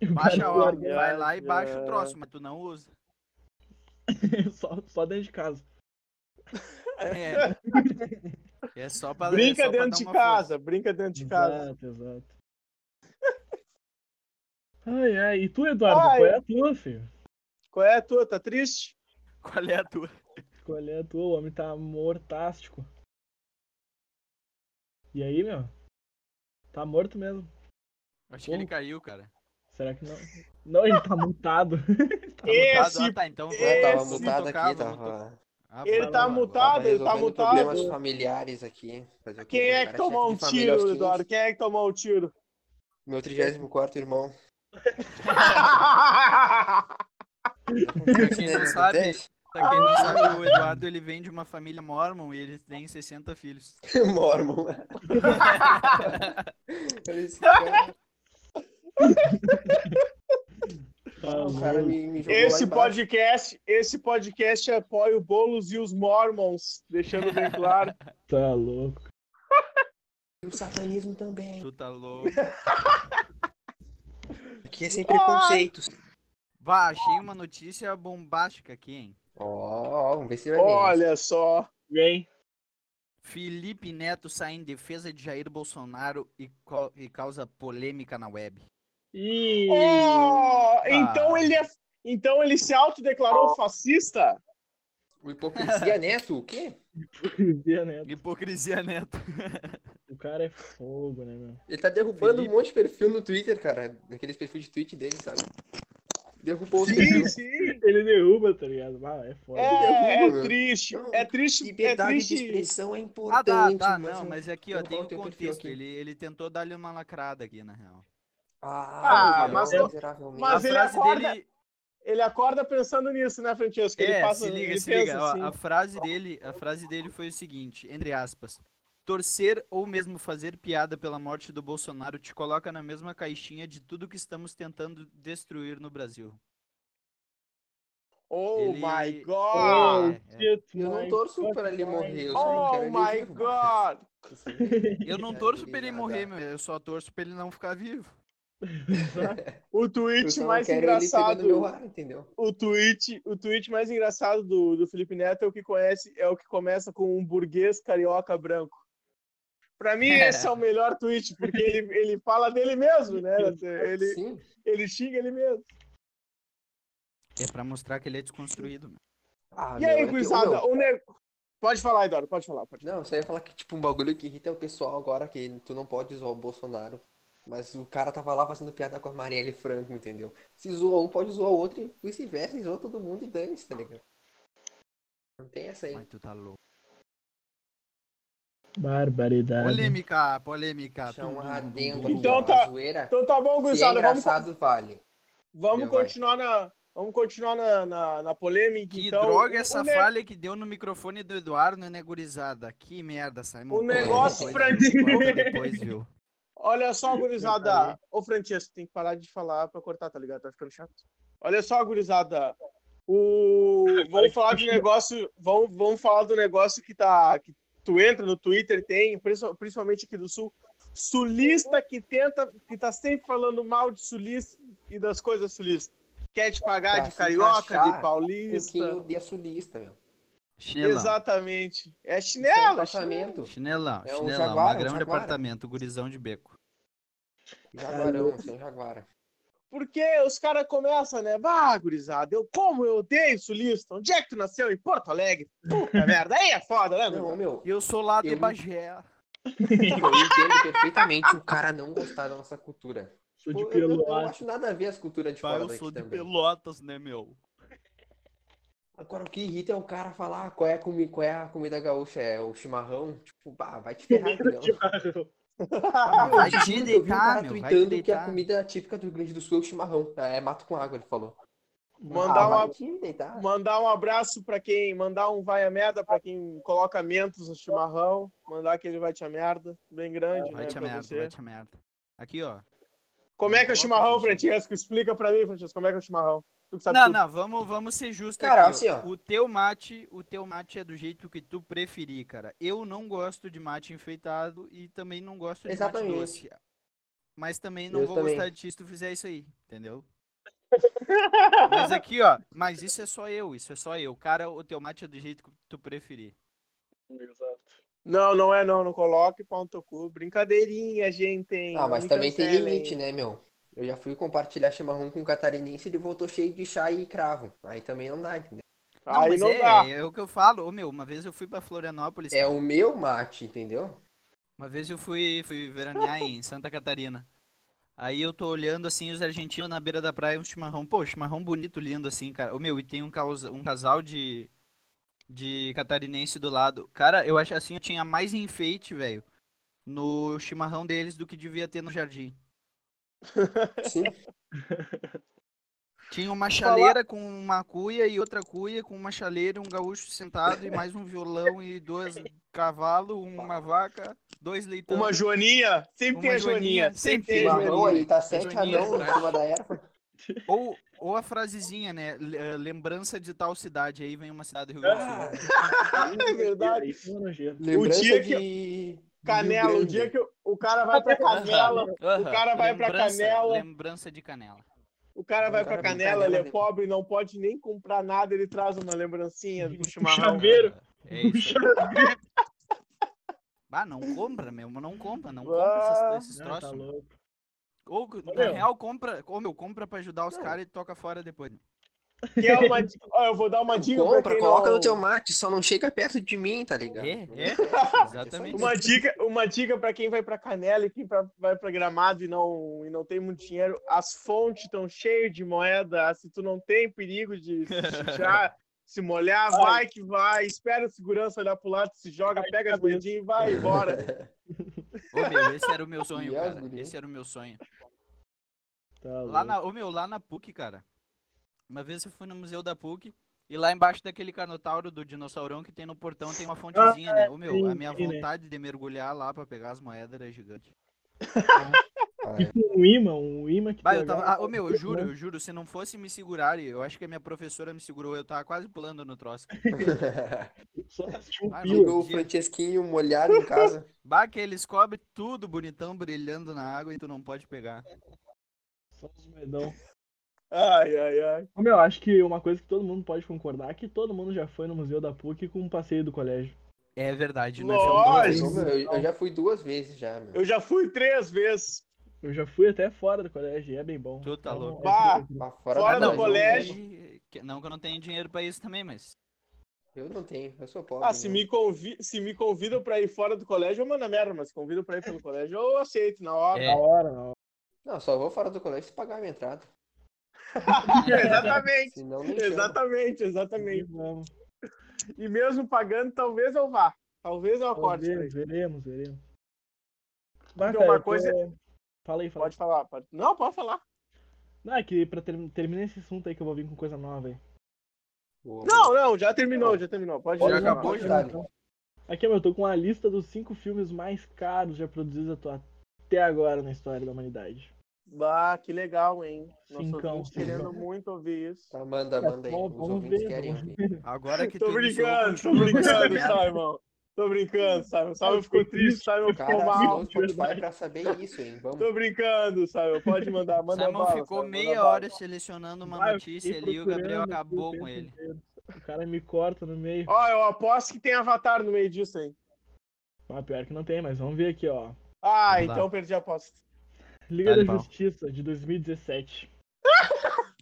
S3: Baixa, ó,
S2: Viaja.
S3: vai lá e baixa o troço, mas tu não usa.
S1: só, só dentro de casa.
S3: É, é só pra é
S2: Brinca
S3: só pra dar
S2: dentro de
S3: uma
S2: casa, brinca dentro de casa.
S1: Exato, exato. Ai, ai. E tu, Eduardo,
S2: Ai.
S1: qual é a tua, filho?
S2: Qual é a tua? Tá triste?
S3: força. Qual é a tua?
S1: Qual é a tua? O homem tá mortástico. E aí, meu? Tá morto mesmo.
S3: Acho que ele
S1: Como?
S3: caiu, cara.
S1: Será que não? Não, ele tá mutado.
S3: Tá mutado?
S2: Esse-
S3: Ah, tá, então vai.
S4: Ah, tava
S2: Esse-
S4: mutado
S3: Tocava,
S4: aqui, tava,
S3: Ah,
S2: Ele
S3: vai
S2: tá
S3: lá, vai lá.
S2: mutado,
S4: tava
S2: ele tá
S4: resolvendo
S2: mutado.
S4: problemas familiares aqui. Fazer o quê?
S2: Quem é
S4: O
S2: que
S4: cara
S2: tomou um
S4: chefe de família aos
S2: tiro,
S4: 15.
S2: Eduardo? Quem é que tomou o tiro?
S4: Meu 34 irmão.
S3: Pra quem não sabe,
S4: Acontece.
S3: pra quem não sabe, o Eduardo ele vem de uma família mormon e ele tem 60 filhos.
S4: Mormon. Olha esse cara.
S1: Tá
S4: O cara me, me jogou
S2: Ah, esse
S4: lá embaixo.
S2: podcast, esse podcast apoia o Boulos e os Mormons, deixando bem claro.
S1: Tá louco.
S4: E O satanismo também.
S3: Tu tá louco.
S4: Aqui é sem preconceitos.
S3: Vá, achei uma notícia bombástica aqui, hein?
S4: Ó, ó, vamos ver se é vai ver.
S2: Olha só.
S1: Vem.
S3: Felipe Neto sai em defesa de Jair Bolsonaro e, co- e causa polêmica na web.
S1: Ih.
S2: Oh,
S4: Ah.
S2: então ele é, então ele se autodeclarou fascista?
S4: O hipocrisia neto, o quê?
S1: Hipocrisia, né?
S3: Hipocrisia Neto.
S1: O cara é fogo, né, meu?
S4: Ele tá derrubando
S3: Felipe.
S4: um monte de perfil no Twitter, cara. Daqueles perfis de tweet dele, sabe? Derrubou os
S2: Sim,
S4: perfis.
S2: sim.
S1: Ele derruba, tá ligado? Ah, é foda.
S2: É, é triste, é triste, é
S4: Liberdade de
S2: triste.
S4: expressão é
S3: Ah,
S4: importante.
S3: dá, dá, não, mas é aqui, ó,
S4: eu
S3: tem
S4: vou
S3: o
S4: ter o perfil
S3: contexto.
S4: aqui.
S3: Ele, ele tentou dar-lhe uma lacrada aqui, na real.
S4: Ah,
S2: Ah, mas-
S4: miseravelmente.
S3: A
S2: Mas ele
S3: frase
S2: acorda-
S3: dele,
S2: Ele acorda pensando nisso, né, Francesco? Ele
S3: é,
S2: passa,
S3: se liga,
S2: ele
S3: se
S2: pensa
S3: liga. ó,
S2: assim.
S3: a frase dele, a frase dele foi o seguinte, entre aspas: torcer ou mesmo fazer piada pela morte do Bolsonaro te coloca na mesma caixinha de tudo que estamos tentando destruir no Brasil.
S2: Oh
S3: Ele-
S2: my
S1: Oh,
S2: God!
S3: É, é.
S4: Eu não torço pra ele morrer. Eu só não
S2: Oh
S4: quero ele
S2: my
S4: vivo.
S2: God!
S3: Eu não
S2: É,
S4: Tá
S3: torço pra ele
S4: ligado,
S3: morrer,
S4: ó.
S3: meu, eu só torço pra ele não ficar vivo.
S2: O
S4: Eu
S2: tweet
S4: só não
S2: mais
S4: quero ele pegando
S2: engraçado,
S4: meu ar, entendeu?
S2: o tweet, o tweet mais engraçado do, do Felipe Neto é o que conhece, é o que começa com um burguês carioca branco. Pra mim
S3: É.
S2: esse é o melhor tweet porque ele, ele fala dele mesmo, né? Ele
S4: Sim.
S2: ele xinga ele mesmo.
S3: É pra mostrar que ele é desconstruído. meu.
S4: Ah,
S2: E
S4: meu, é
S2: aí,
S4: que-
S2: gurizada,
S4: meu,
S2: o ne- pode falar, Eduardo, pode falar, pode.
S4: Não, só ia falar que, tipo, um bagulho que irrita é o pessoal agora, que tu não pode zoar o Bolsonaro. Mas o cara tava lá fazendo piada com a Marielle Franco, entendeu? Se zoa um, pode zoar o outro e vice-versa, e zoa todo mundo e dane-se, tá ligado? Não tem essa aí.
S3: Mas tu tá louco.
S1: Barbaridade.
S3: Polêmica, polêmica.
S4: Isso é né? um
S3: Tum, tum, tum,
S4: adendo,
S3: tum.
S2: Então
S4: uma
S2: tá.
S4: zoeira.
S2: Então tá bom,
S4: Se é
S2: gurizada. vamos
S4: engraçado, vale.
S2: vamos
S4: Eu vai.
S2: continuar na. Vamos continuar na, na, na polêmica.
S3: Que
S2: então,
S3: droga
S2: O
S3: essa
S2: ne-
S3: falha que deu no microfone do Eduardo, né, gurizada? Que merda, Simon.
S2: O negócio,
S3: Depois-
S2: Francisco.
S3: Volta depois, viu?
S2: Olha só, gurizada. Ô, Francesco, tem que parar de falar pra cortar, tá ligado? Tá ficando chato. Olha só, gurizada. O... Vamos falar de negócio. Vamos, vamos falar do negócio que tá. Que tu entra no Twitter, tem, princi- principalmente aqui do sul. Sulista que tenta, que tá sempre falando mal de sulista e das coisas sulistas. Quer te pagar
S4: Pra
S2: de
S4: se
S2: carioca,
S4: encaixar,
S2: de
S4: Porque
S2: paulista.
S4: eu odeio sulista, meu.
S3: Chinelão,
S2: Exatamente. É
S4: É um
S2: chinela.
S4: Apartamento.
S3: chinelão,
S4: É um
S3: chinelão.
S4: jaguara, um
S3: magrão de
S4: jaguara.
S3: apartamento, gurizão de beco.
S4: Jaguarão, seu jaguara.
S2: Porque os caras começam, né? Bah, gurizada, eu como eu odeio sulista. Onde é que tu nasceu? Em Porto Alegre. Puta merda, aí é foda, né, meu? irmão?
S4: Não, meu.
S3: Eu sou lá de
S4: Eu-
S3: Bagé.
S4: Eu entendo perfeitamente o cara não gostar da nossa cultura.
S1: Sou
S4: Pô,
S1: de
S4: eu, eu não
S1: Pelotas.
S4: acho nada a ver as culturas de
S3: Pai,
S4: fora
S3: eu
S4: daqui
S3: sou de
S4: também.
S3: Pelotas, né, meu?
S4: Agora, o que irrita é o cara falar qual é a, comi- qual é a comida gaúcha, é o chimarrão. Tipo, bah, vai te ferrar, não.
S3: Vai
S4: Eu
S3: te
S4: vi um
S3: deitar,
S4: cara
S3: meu. Vai te
S4: tweetando que a
S3: deitar.
S4: comida típica do Rio Grande do Sul é o chimarrão. É mato com água, ele falou.
S2: Mandar
S4: ah, vai
S2: uma-
S4: te deitar.
S2: Mandar um abraço pra quem. Mandar um vai a merda pra quem coloca mentos no chimarrão. Mandar aquele vai te a merda. Bem grande,
S3: É, Vai
S2: né?
S3: te a
S2: pra
S3: merda,
S2: você.
S3: vai te a merda. Aqui, ó.
S2: Como é que é o chimarrão,
S3: Coloca, gente.
S2: Francesco? Explica pra mim, Francesco, como é que é o chimarrão. Tu que sabe
S3: Não,
S2: tudo.
S3: não, vamos, vamos ser justos
S4: Cara,
S3: aqui. ó.
S4: assim, ó.
S3: O teu mate, o teu mate é do jeito que tu preferir, cara. Eu não gosto de mate enfeitado e também não gosto de
S4: Exatamente.
S3: mate doce. Mas também não
S4: Eu
S3: vou
S4: também.
S3: gostar de ti se tu fizer isso aí, entendeu? mas aqui, ó, mas isso é só eu, isso é só eu. Cara, o teu mate é do jeito que tu preferir.
S1: Exato.
S2: não, não é não, não coloque pau no teu cu. Brincadeirinha, gente. hein?
S4: Ah, mas
S2: Me
S4: também tem
S2: cancelem.
S4: limite, né, meu? Eu já fui compartilhar chimarrão com um catarinense e ele voltou cheio de chá e cravo. Aí também não dá, entendeu?
S3: Não,
S2: Aí
S3: mas
S2: não
S3: é,
S2: dá.
S3: é o que eu falo. Ô, meu, uma vez eu fui pra Florianópolis,
S4: É o meu mate, entendeu?
S3: Uma vez eu fui, fui veranear em Santa Catarina. Aí eu tô olhando assim os argentinos na beira da praia, um chimarrão. Pô, chimarrão bonito, lindo assim, cara. Ô meu, e tem um, causa- um casal de, de catarinense do lado. Cara, eu acho assim, eu tinha mais enfeite, velho, no chimarrão deles do que devia ter no jardim.
S4: Sim.
S3: Tinha uma chaleira com uma cuia e outra cuia com uma chaleira, um gaúcho sentado e mais um violão e dois cavalos, uma vaca, dois leitão.
S2: Uma joaninha, sempre
S3: Então, Uma
S2: tem a joaninha,
S3: joaninha,
S2: sempre
S3: sempre
S2: tem a
S3: tem.
S2: joaninha.
S4: Chimarrão aí, tá
S3: Joaninha,
S4: sete
S2: é
S4: anão em
S3: Joaninha.
S4: cima da erva.
S3: Ou, ou a frasezinha, né? L- eh, Lembrança de tal cidade. Aí vem uma cidade do Rio Grande do Sul.
S2: É verdade.
S1: Aí, foi nojento.
S4: Lembrança
S2: dia
S4: de...
S2: que-
S4: de
S2: Canela,
S4: Rio
S2: o dia
S4: Grande.
S2: que o, o cara vai pra Canela,
S3: Aham,
S2: Ah, cara vai pra
S3: lembrança-
S2: Canela.
S3: Lembrança de Canela.
S2: o cara vai
S4: O
S2: pra
S4: cara vai pra
S2: Canela, ele é
S4: Canela, né?
S2: pobre, não pode nem comprar nada, ele traz uma lembrancinha do chimarrão.
S1: Chaveiro.
S3: É isso. aí. Ah, não compra, meu. Não compra, não compra
S2: Ah,
S3: esses, esses
S1: Ah, tá
S3: troços. meu.
S1: louco.
S3: ou, na
S1: meu.
S3: real, compra. Ou, meu, compra pra ajudar os
S4: Não.
S3: caras e toca fora depois. meu.
S2: Que é uma, ó, eu vou dar uma
S4: Tu
S2: dica pra
S4: Compra,
S2: quem
S4: coloca
S2: não,
S4: no teu mate, só não chega perto de mim, tá ligado?
S3: É, é. Exatamente.
S2: uma dica, uma dica para quem vai pra Canela e quem pra- vai pra Gramado e não e não tem muito dinheiro, as fontes estão cheias de moeda, se tu não tem perigo de se já se molhar, vai. que vai, espera o segurança olhar pro lado, se joga, pega
S1: cabeça.
S2: as moedinhas e vai embora.
S3: Ô, meu, esse era o meu sonho,
S4: E as
S3: cara.
S4: gurias?
S3: Esse era o meu sonho.
S1: Tá
S3: Lá
S1: louco.
S3: na, ô meu, lá na PUC, cara. Uma vez eu fui no museu da PUC e lá embaixo daquele carnotauro do dinossaurão que tem no portão tem uma fontezinha, né? Ô meu, a
S1: sim,
S3: minha
S1: sim, né?
S3: vontade de mergulhar lá pra pegar as moedas era gigante.
S4: Caralho.
S1: Um imã, um imã que
S3: Bah,
S1: tu
S3: eu tava,
S1: agarra-
S3: ah, ô meu, eu juro, eu juro, se não fosse me segurar, eu acho que a minha professora me segurou, eu tava quase pulando no troço. cara.
S1: Só assistiu um
S3: Ah,
S1: pio.
S4: Ligou o Francesquinho molhado em casa.
S3: Bah, que eles cobrem tudo bonitão, brilhando na água e tu não pode pegar.
S1: Só os medão.
S2: Ai, ai, ai.
S1: Ô, Meu, acho que uma coisa que todo mundo pode concordar é que todo mundo já foi no Museu da PUC com um passeio do colégio.
S3: É verdade, né?
S4: Mas,
S2: Lógico.
S4: ô, meu, eu, eu já fui duas vezes já, meu.
S2: Eu já fui três vezes.
S1: Eu já fui até fora do colégio e é bem bom.
S3: Tu tá
S1: É uma-
S3: louco.
S2: Bah,
S4: Lá fora
S2: Fora do
S4: do
S3: Ah, não,
S4: Brasil,
S2: colégio.
S3: que- que- não que eu não tenho dinheiro pra isso também, mas.
S4: Eu não tenho, eu sou pobre. né?
S2: Ah, se
S4: meu.
S2: me, convi se me convidam pra ir fora do colégio, eu mando a merda, mas se convidam pra ir pelo colégio, eu aceito na hora.
S1: Na
S3: É,
S1: hora, na hora.
S4: Não, só vou fora do colégio se pagar a minha entrada.
S2: exatamente,
S4: Senão nem chama.
S1: é
S2: exatamente, exatamente.
S1: Vamos.
S2: E mesmo pagando, talvez eu vá. Talvez eu acorde. pra
S1: Veremos,
S2: isso.
S1: veremos, veremos.
S2: Então,
S1: cara,
S2: uma
S1: eu tô-
S2: coisa-
S1: Fala aí, fala. aí.
S2: Pode falar. Pode... Não, pode falar.
S1: Não, é que pra ter... terminar esse assunto aí que eu vou vir com coisa nova aí.
S2: Não, não, já terminou, já terminou. Pode então.
S3: Já
S4: Pode não,
S3: acabou,
S4: pode
S3: já?
S4: dar-lhe.
S1: Aqui, meu, eu tô com a lista dos cinco filmes mais caros já produzidos atu- até agora na história da humanidade.
S2: Bah, que legal, hein? Nosso
S1: Cincão,
S2: ouvinte
S1: cincão.
S2: querendo muito ouvir isso.
S4: Tá, manda, manda aí.
S1: Bom,
S4: Os ouvintes querem um ouvir.
S3: Agora que
S2: Tô
S3: tu iniciou,
S2: brincando, tô
S3: continua com essa
S2: brincando,
S3: merda.
S2: Simon. Tô brincando, Simon. Simon ficou triste, Simon ficou
S4: Cara,
S2: mal.
S1: um
S4: o Spotify pra saber isso, hein? Vamos.
S2: Tô brincando, Simon. Pode mandar, manda
S3: Simon
S2: bala,
S3: ficou
S2: Simon, manda
S3: meia
S2: bala.
S3: hora selecionando uma
S1: Ah, eu
S3: notícia
S1: fiquei
S3: ali e o Gabriel
S1: procurando
S3: acabou
S1: aqui o
S3: com
S1: tempo
S3: ele.
S1: inteiro. O cara me corta no meio.
S2: Ó, eu aposto que tem Avatar no meio disso, hein?
S1: Ah, pior que não tem, mas vamos ver aqui, ó.
S2: Ah,
S3: Não dá.
S2: então perdi a aposta.
S1: Liga
S3: Dá-lhe
S1: da
S3: pau.
S1: Justiça, de 2017.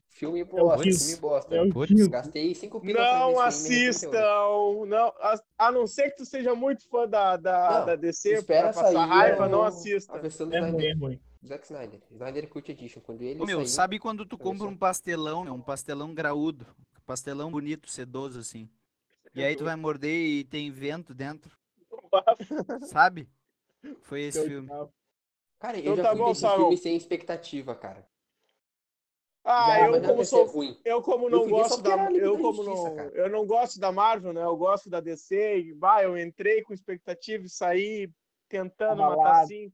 S4: Filme
S1: É o
S4: bosta,
S1: Kiss.
S4: filme bosta.
S1: É o
S3: Putz,
S1: Dio.
S4: Gastei cinco pila pra
S2: Não
S4: ver esse filme, me arrependeu.
S2: assistam, não, a, a não ser que tu seja muito fã da, da,
S4: Não,
S2: da DC,
S4: Espera
S2: pra passar
S4: sair.
S2: raiva,
S4: o-
S2: não
S4: A
S2: assista.
S4: versão do
S1: É ruim, é
S4: Snyder.
S1: ruim.
S4: Zack Snyder. Snyder Cut Edition. Quando ele
S3: Ô, meu,
S4: sair,
S3: sabe quando tu
S2: É
S4: Olha
S3: compra
S4: só.
S3: um pastelão, meu, um pastelão graúdo, pastelão bonito, sedoso assim. E aí tu vai morder e tem vento dentro, sabe? Foi esse filme.
S1: É
S4: Cara, eu
S2: Então
S4: já
S2: tá
S4: fui
S2: bom,
S4: ver esse
S2: Simon.
S4: filme sem expectativa, cara.
S2: Ah,
S4: Já,
S2: eu
S4: mas não
S2: como
S4: vai ser
S2: sou
S4: ruim.
S2: Eu como
S4: Eu
S2: não
S4: fui ver só
S2: gosto
S4: porque
S2: da
S4: era Liga
S2: eu
S4: da
S2: como
S4: Justiça,
S2: não,
S4: cara.
S2: eu não gosto da Marvel, né? Eu gosto da DC e bah, eu entrei com expectativa e saí tentando
S1: Abalado.
S2: matar assim.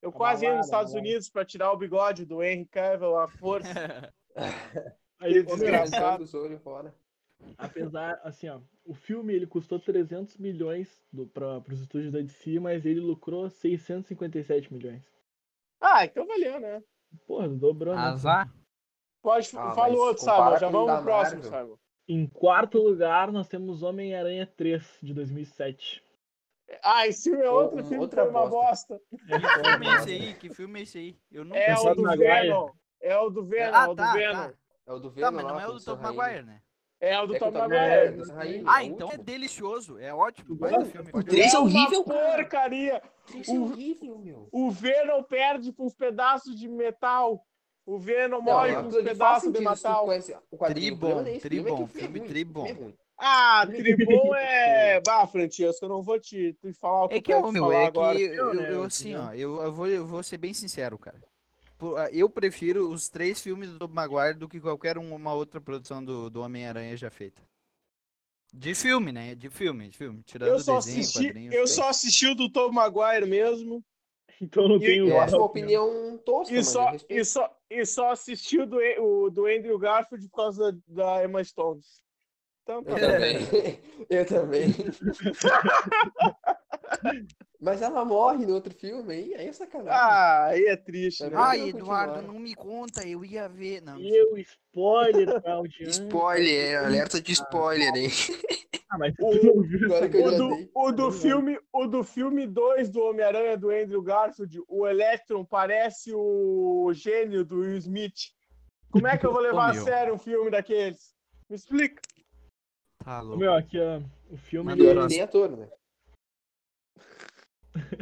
S2: Eu quase ia
S1: Abalado,
S2: nos Estados
S1: abalado.
S2: Unidos para tirar o bigode do Henry Cavill à força.
S1: Aí,
S2: Que
S1: ô, meu,
S2: desgraça.
S4: Desgraçado. Os olhos fora.
S1: apesar, assim, ó, o filme ele custou 300 milhões do, pra, pros estúdios da DC, mas ele lucrou 657 milhões.
S2: Ah, então valeu, né?
S1: Porra, dobrou, né?
S3: Azar?
S2: Pode
S4: Ah,
S2: fala o
S4: mas
S2: outro,
S4: compara
S2: Simon. Já
S4: com
S2: vamos
S4: o
S2: pro
S4: da
S2: próximo,
S4: Marvel.
S2: Simon.
S1: Em quarto lugar, nós temos Homem-Aranha 3, de 2007.
S2: Ah, esse filme é
S4: Ou-
S2: outro
S4: um-
S2: filme
S4: outra
S2: que foi uma bosta.
S3: Que filme é esse aí? Que filme é esse aí? Eu nunca
S2: É
S1: Pensado
S2: o
S3: assisti.
S2: do
S1: na
S2: Venom. É o do Venom,
S3: Ah,
S2: é o do
S3: tá,
S2: Venom.
S3: tá.
S4: É o do Venom
S3: Tá, mas
S4: lá,
S3: não é
S4: com
S3: o do
S4: Sam
S3: Tom
S4: Raimi.
S3: Maguire, né?
S2: É o do
S4: É com
S2: Tom
S4: o Tom
S2: Maguire.
S4: Maguire, do Sam Raimi,
S3: Ah,
S4: é o
S3: então é
S4: último.
S3: delicioso, é ótimo.
S1: Vai
S3: Vai no
S1: no-
S3: filme.
S4: o
S3: pode-
S4: três- Esse é
S2: uma
S4: horrível, cara.
S2: porcaria.
S3: é
S4: Triste, é horrível, meu.
S2: O Venom perde com os pedaços de metal. O Venom morre
S4: Não, é um
S2: com os
S4: aquilo ali faz
S2: pedaços um de
S4: sentido se tu
S2: metal.
S4: conhece o quadrinho. O problema
S3: Tribom,
S4: não é esse, o problema é
S3: Tribom,
S4: que o filme é
S3: filme
S4: ruim,
S3: Tribom.
S4: o filme é ruim.
S2: Ah, Tribom é. Bah, Francesco, eu não vou te, te falar o que,
S3: É que,
S2: eu
S3: ó,
S2: quero te
S3: meu,
S2: falar
S3: é que
S2: agora.
S3: eu,
S1: né,
S3: eu,
S1: eu
S3: assim,
S1: entendo.
S3: ó, eu, eu vou, eu vou ser bem sincero, cara. Por- ah, Eu prefiro os três filmes do Tobey Maguire do que qualquer um- uma outra produção do, do Homem-Aranha já feita. De filme, né? De filme, de filme. Tirando
S2: Eu só
S3: desenho,
S2: assisti,
S3: quadrinhos,
S2: eu
S3: tudo.
S2: só assisti o do Tom Maguire mesmo.
S1: Então não
S2: E-
S1: tem o.
S4: Eu acho uma opinião tosca,
S2: E
S4: mano.
S2: só,
S4: respeito.
S2: e só, e só assisti o do, o do Andrew Garfield por causa da, da Emma Stone. Então, tá
S4: Eu
S2: bom.
S4: também. Eu também. Mas ela morre no outro filme, aí aí é sacanagem.
S2: Ah, aí é triste. né?
S4: Ah,
S3: Ai,
S4: eu
S3: Eduardo,
S4: continuar.
S3: não me conta, eu ia ver. Não,
S1: Eu, spoiler pra audiência.
S4: Spoiler, alerta de spoiler, hein?
S1: Ah, mas
S2: O-
S1: tu não viu
S4: Agora
S1: essa
S4: que eu
S2: O
S4: já
S2: do,
S4: dei.
S2: o
S1: Tá
S2: do
S3: né?
S1: bem,
S2: filme, o do filme 2 do Homem-Aranha do Andrew Garfield, o Electron parece o gênio do Will Smith. Como é que eu vou levar
S3: Ô,
S2: a
S3: meu.
S2: sério um filme daqueles? Me explica.
S3: Tá louco.
S1: Meu, aqui, ó, o filme.
S3: Manda
S4: E
S1: Ele...
S4: ele nem ator, né?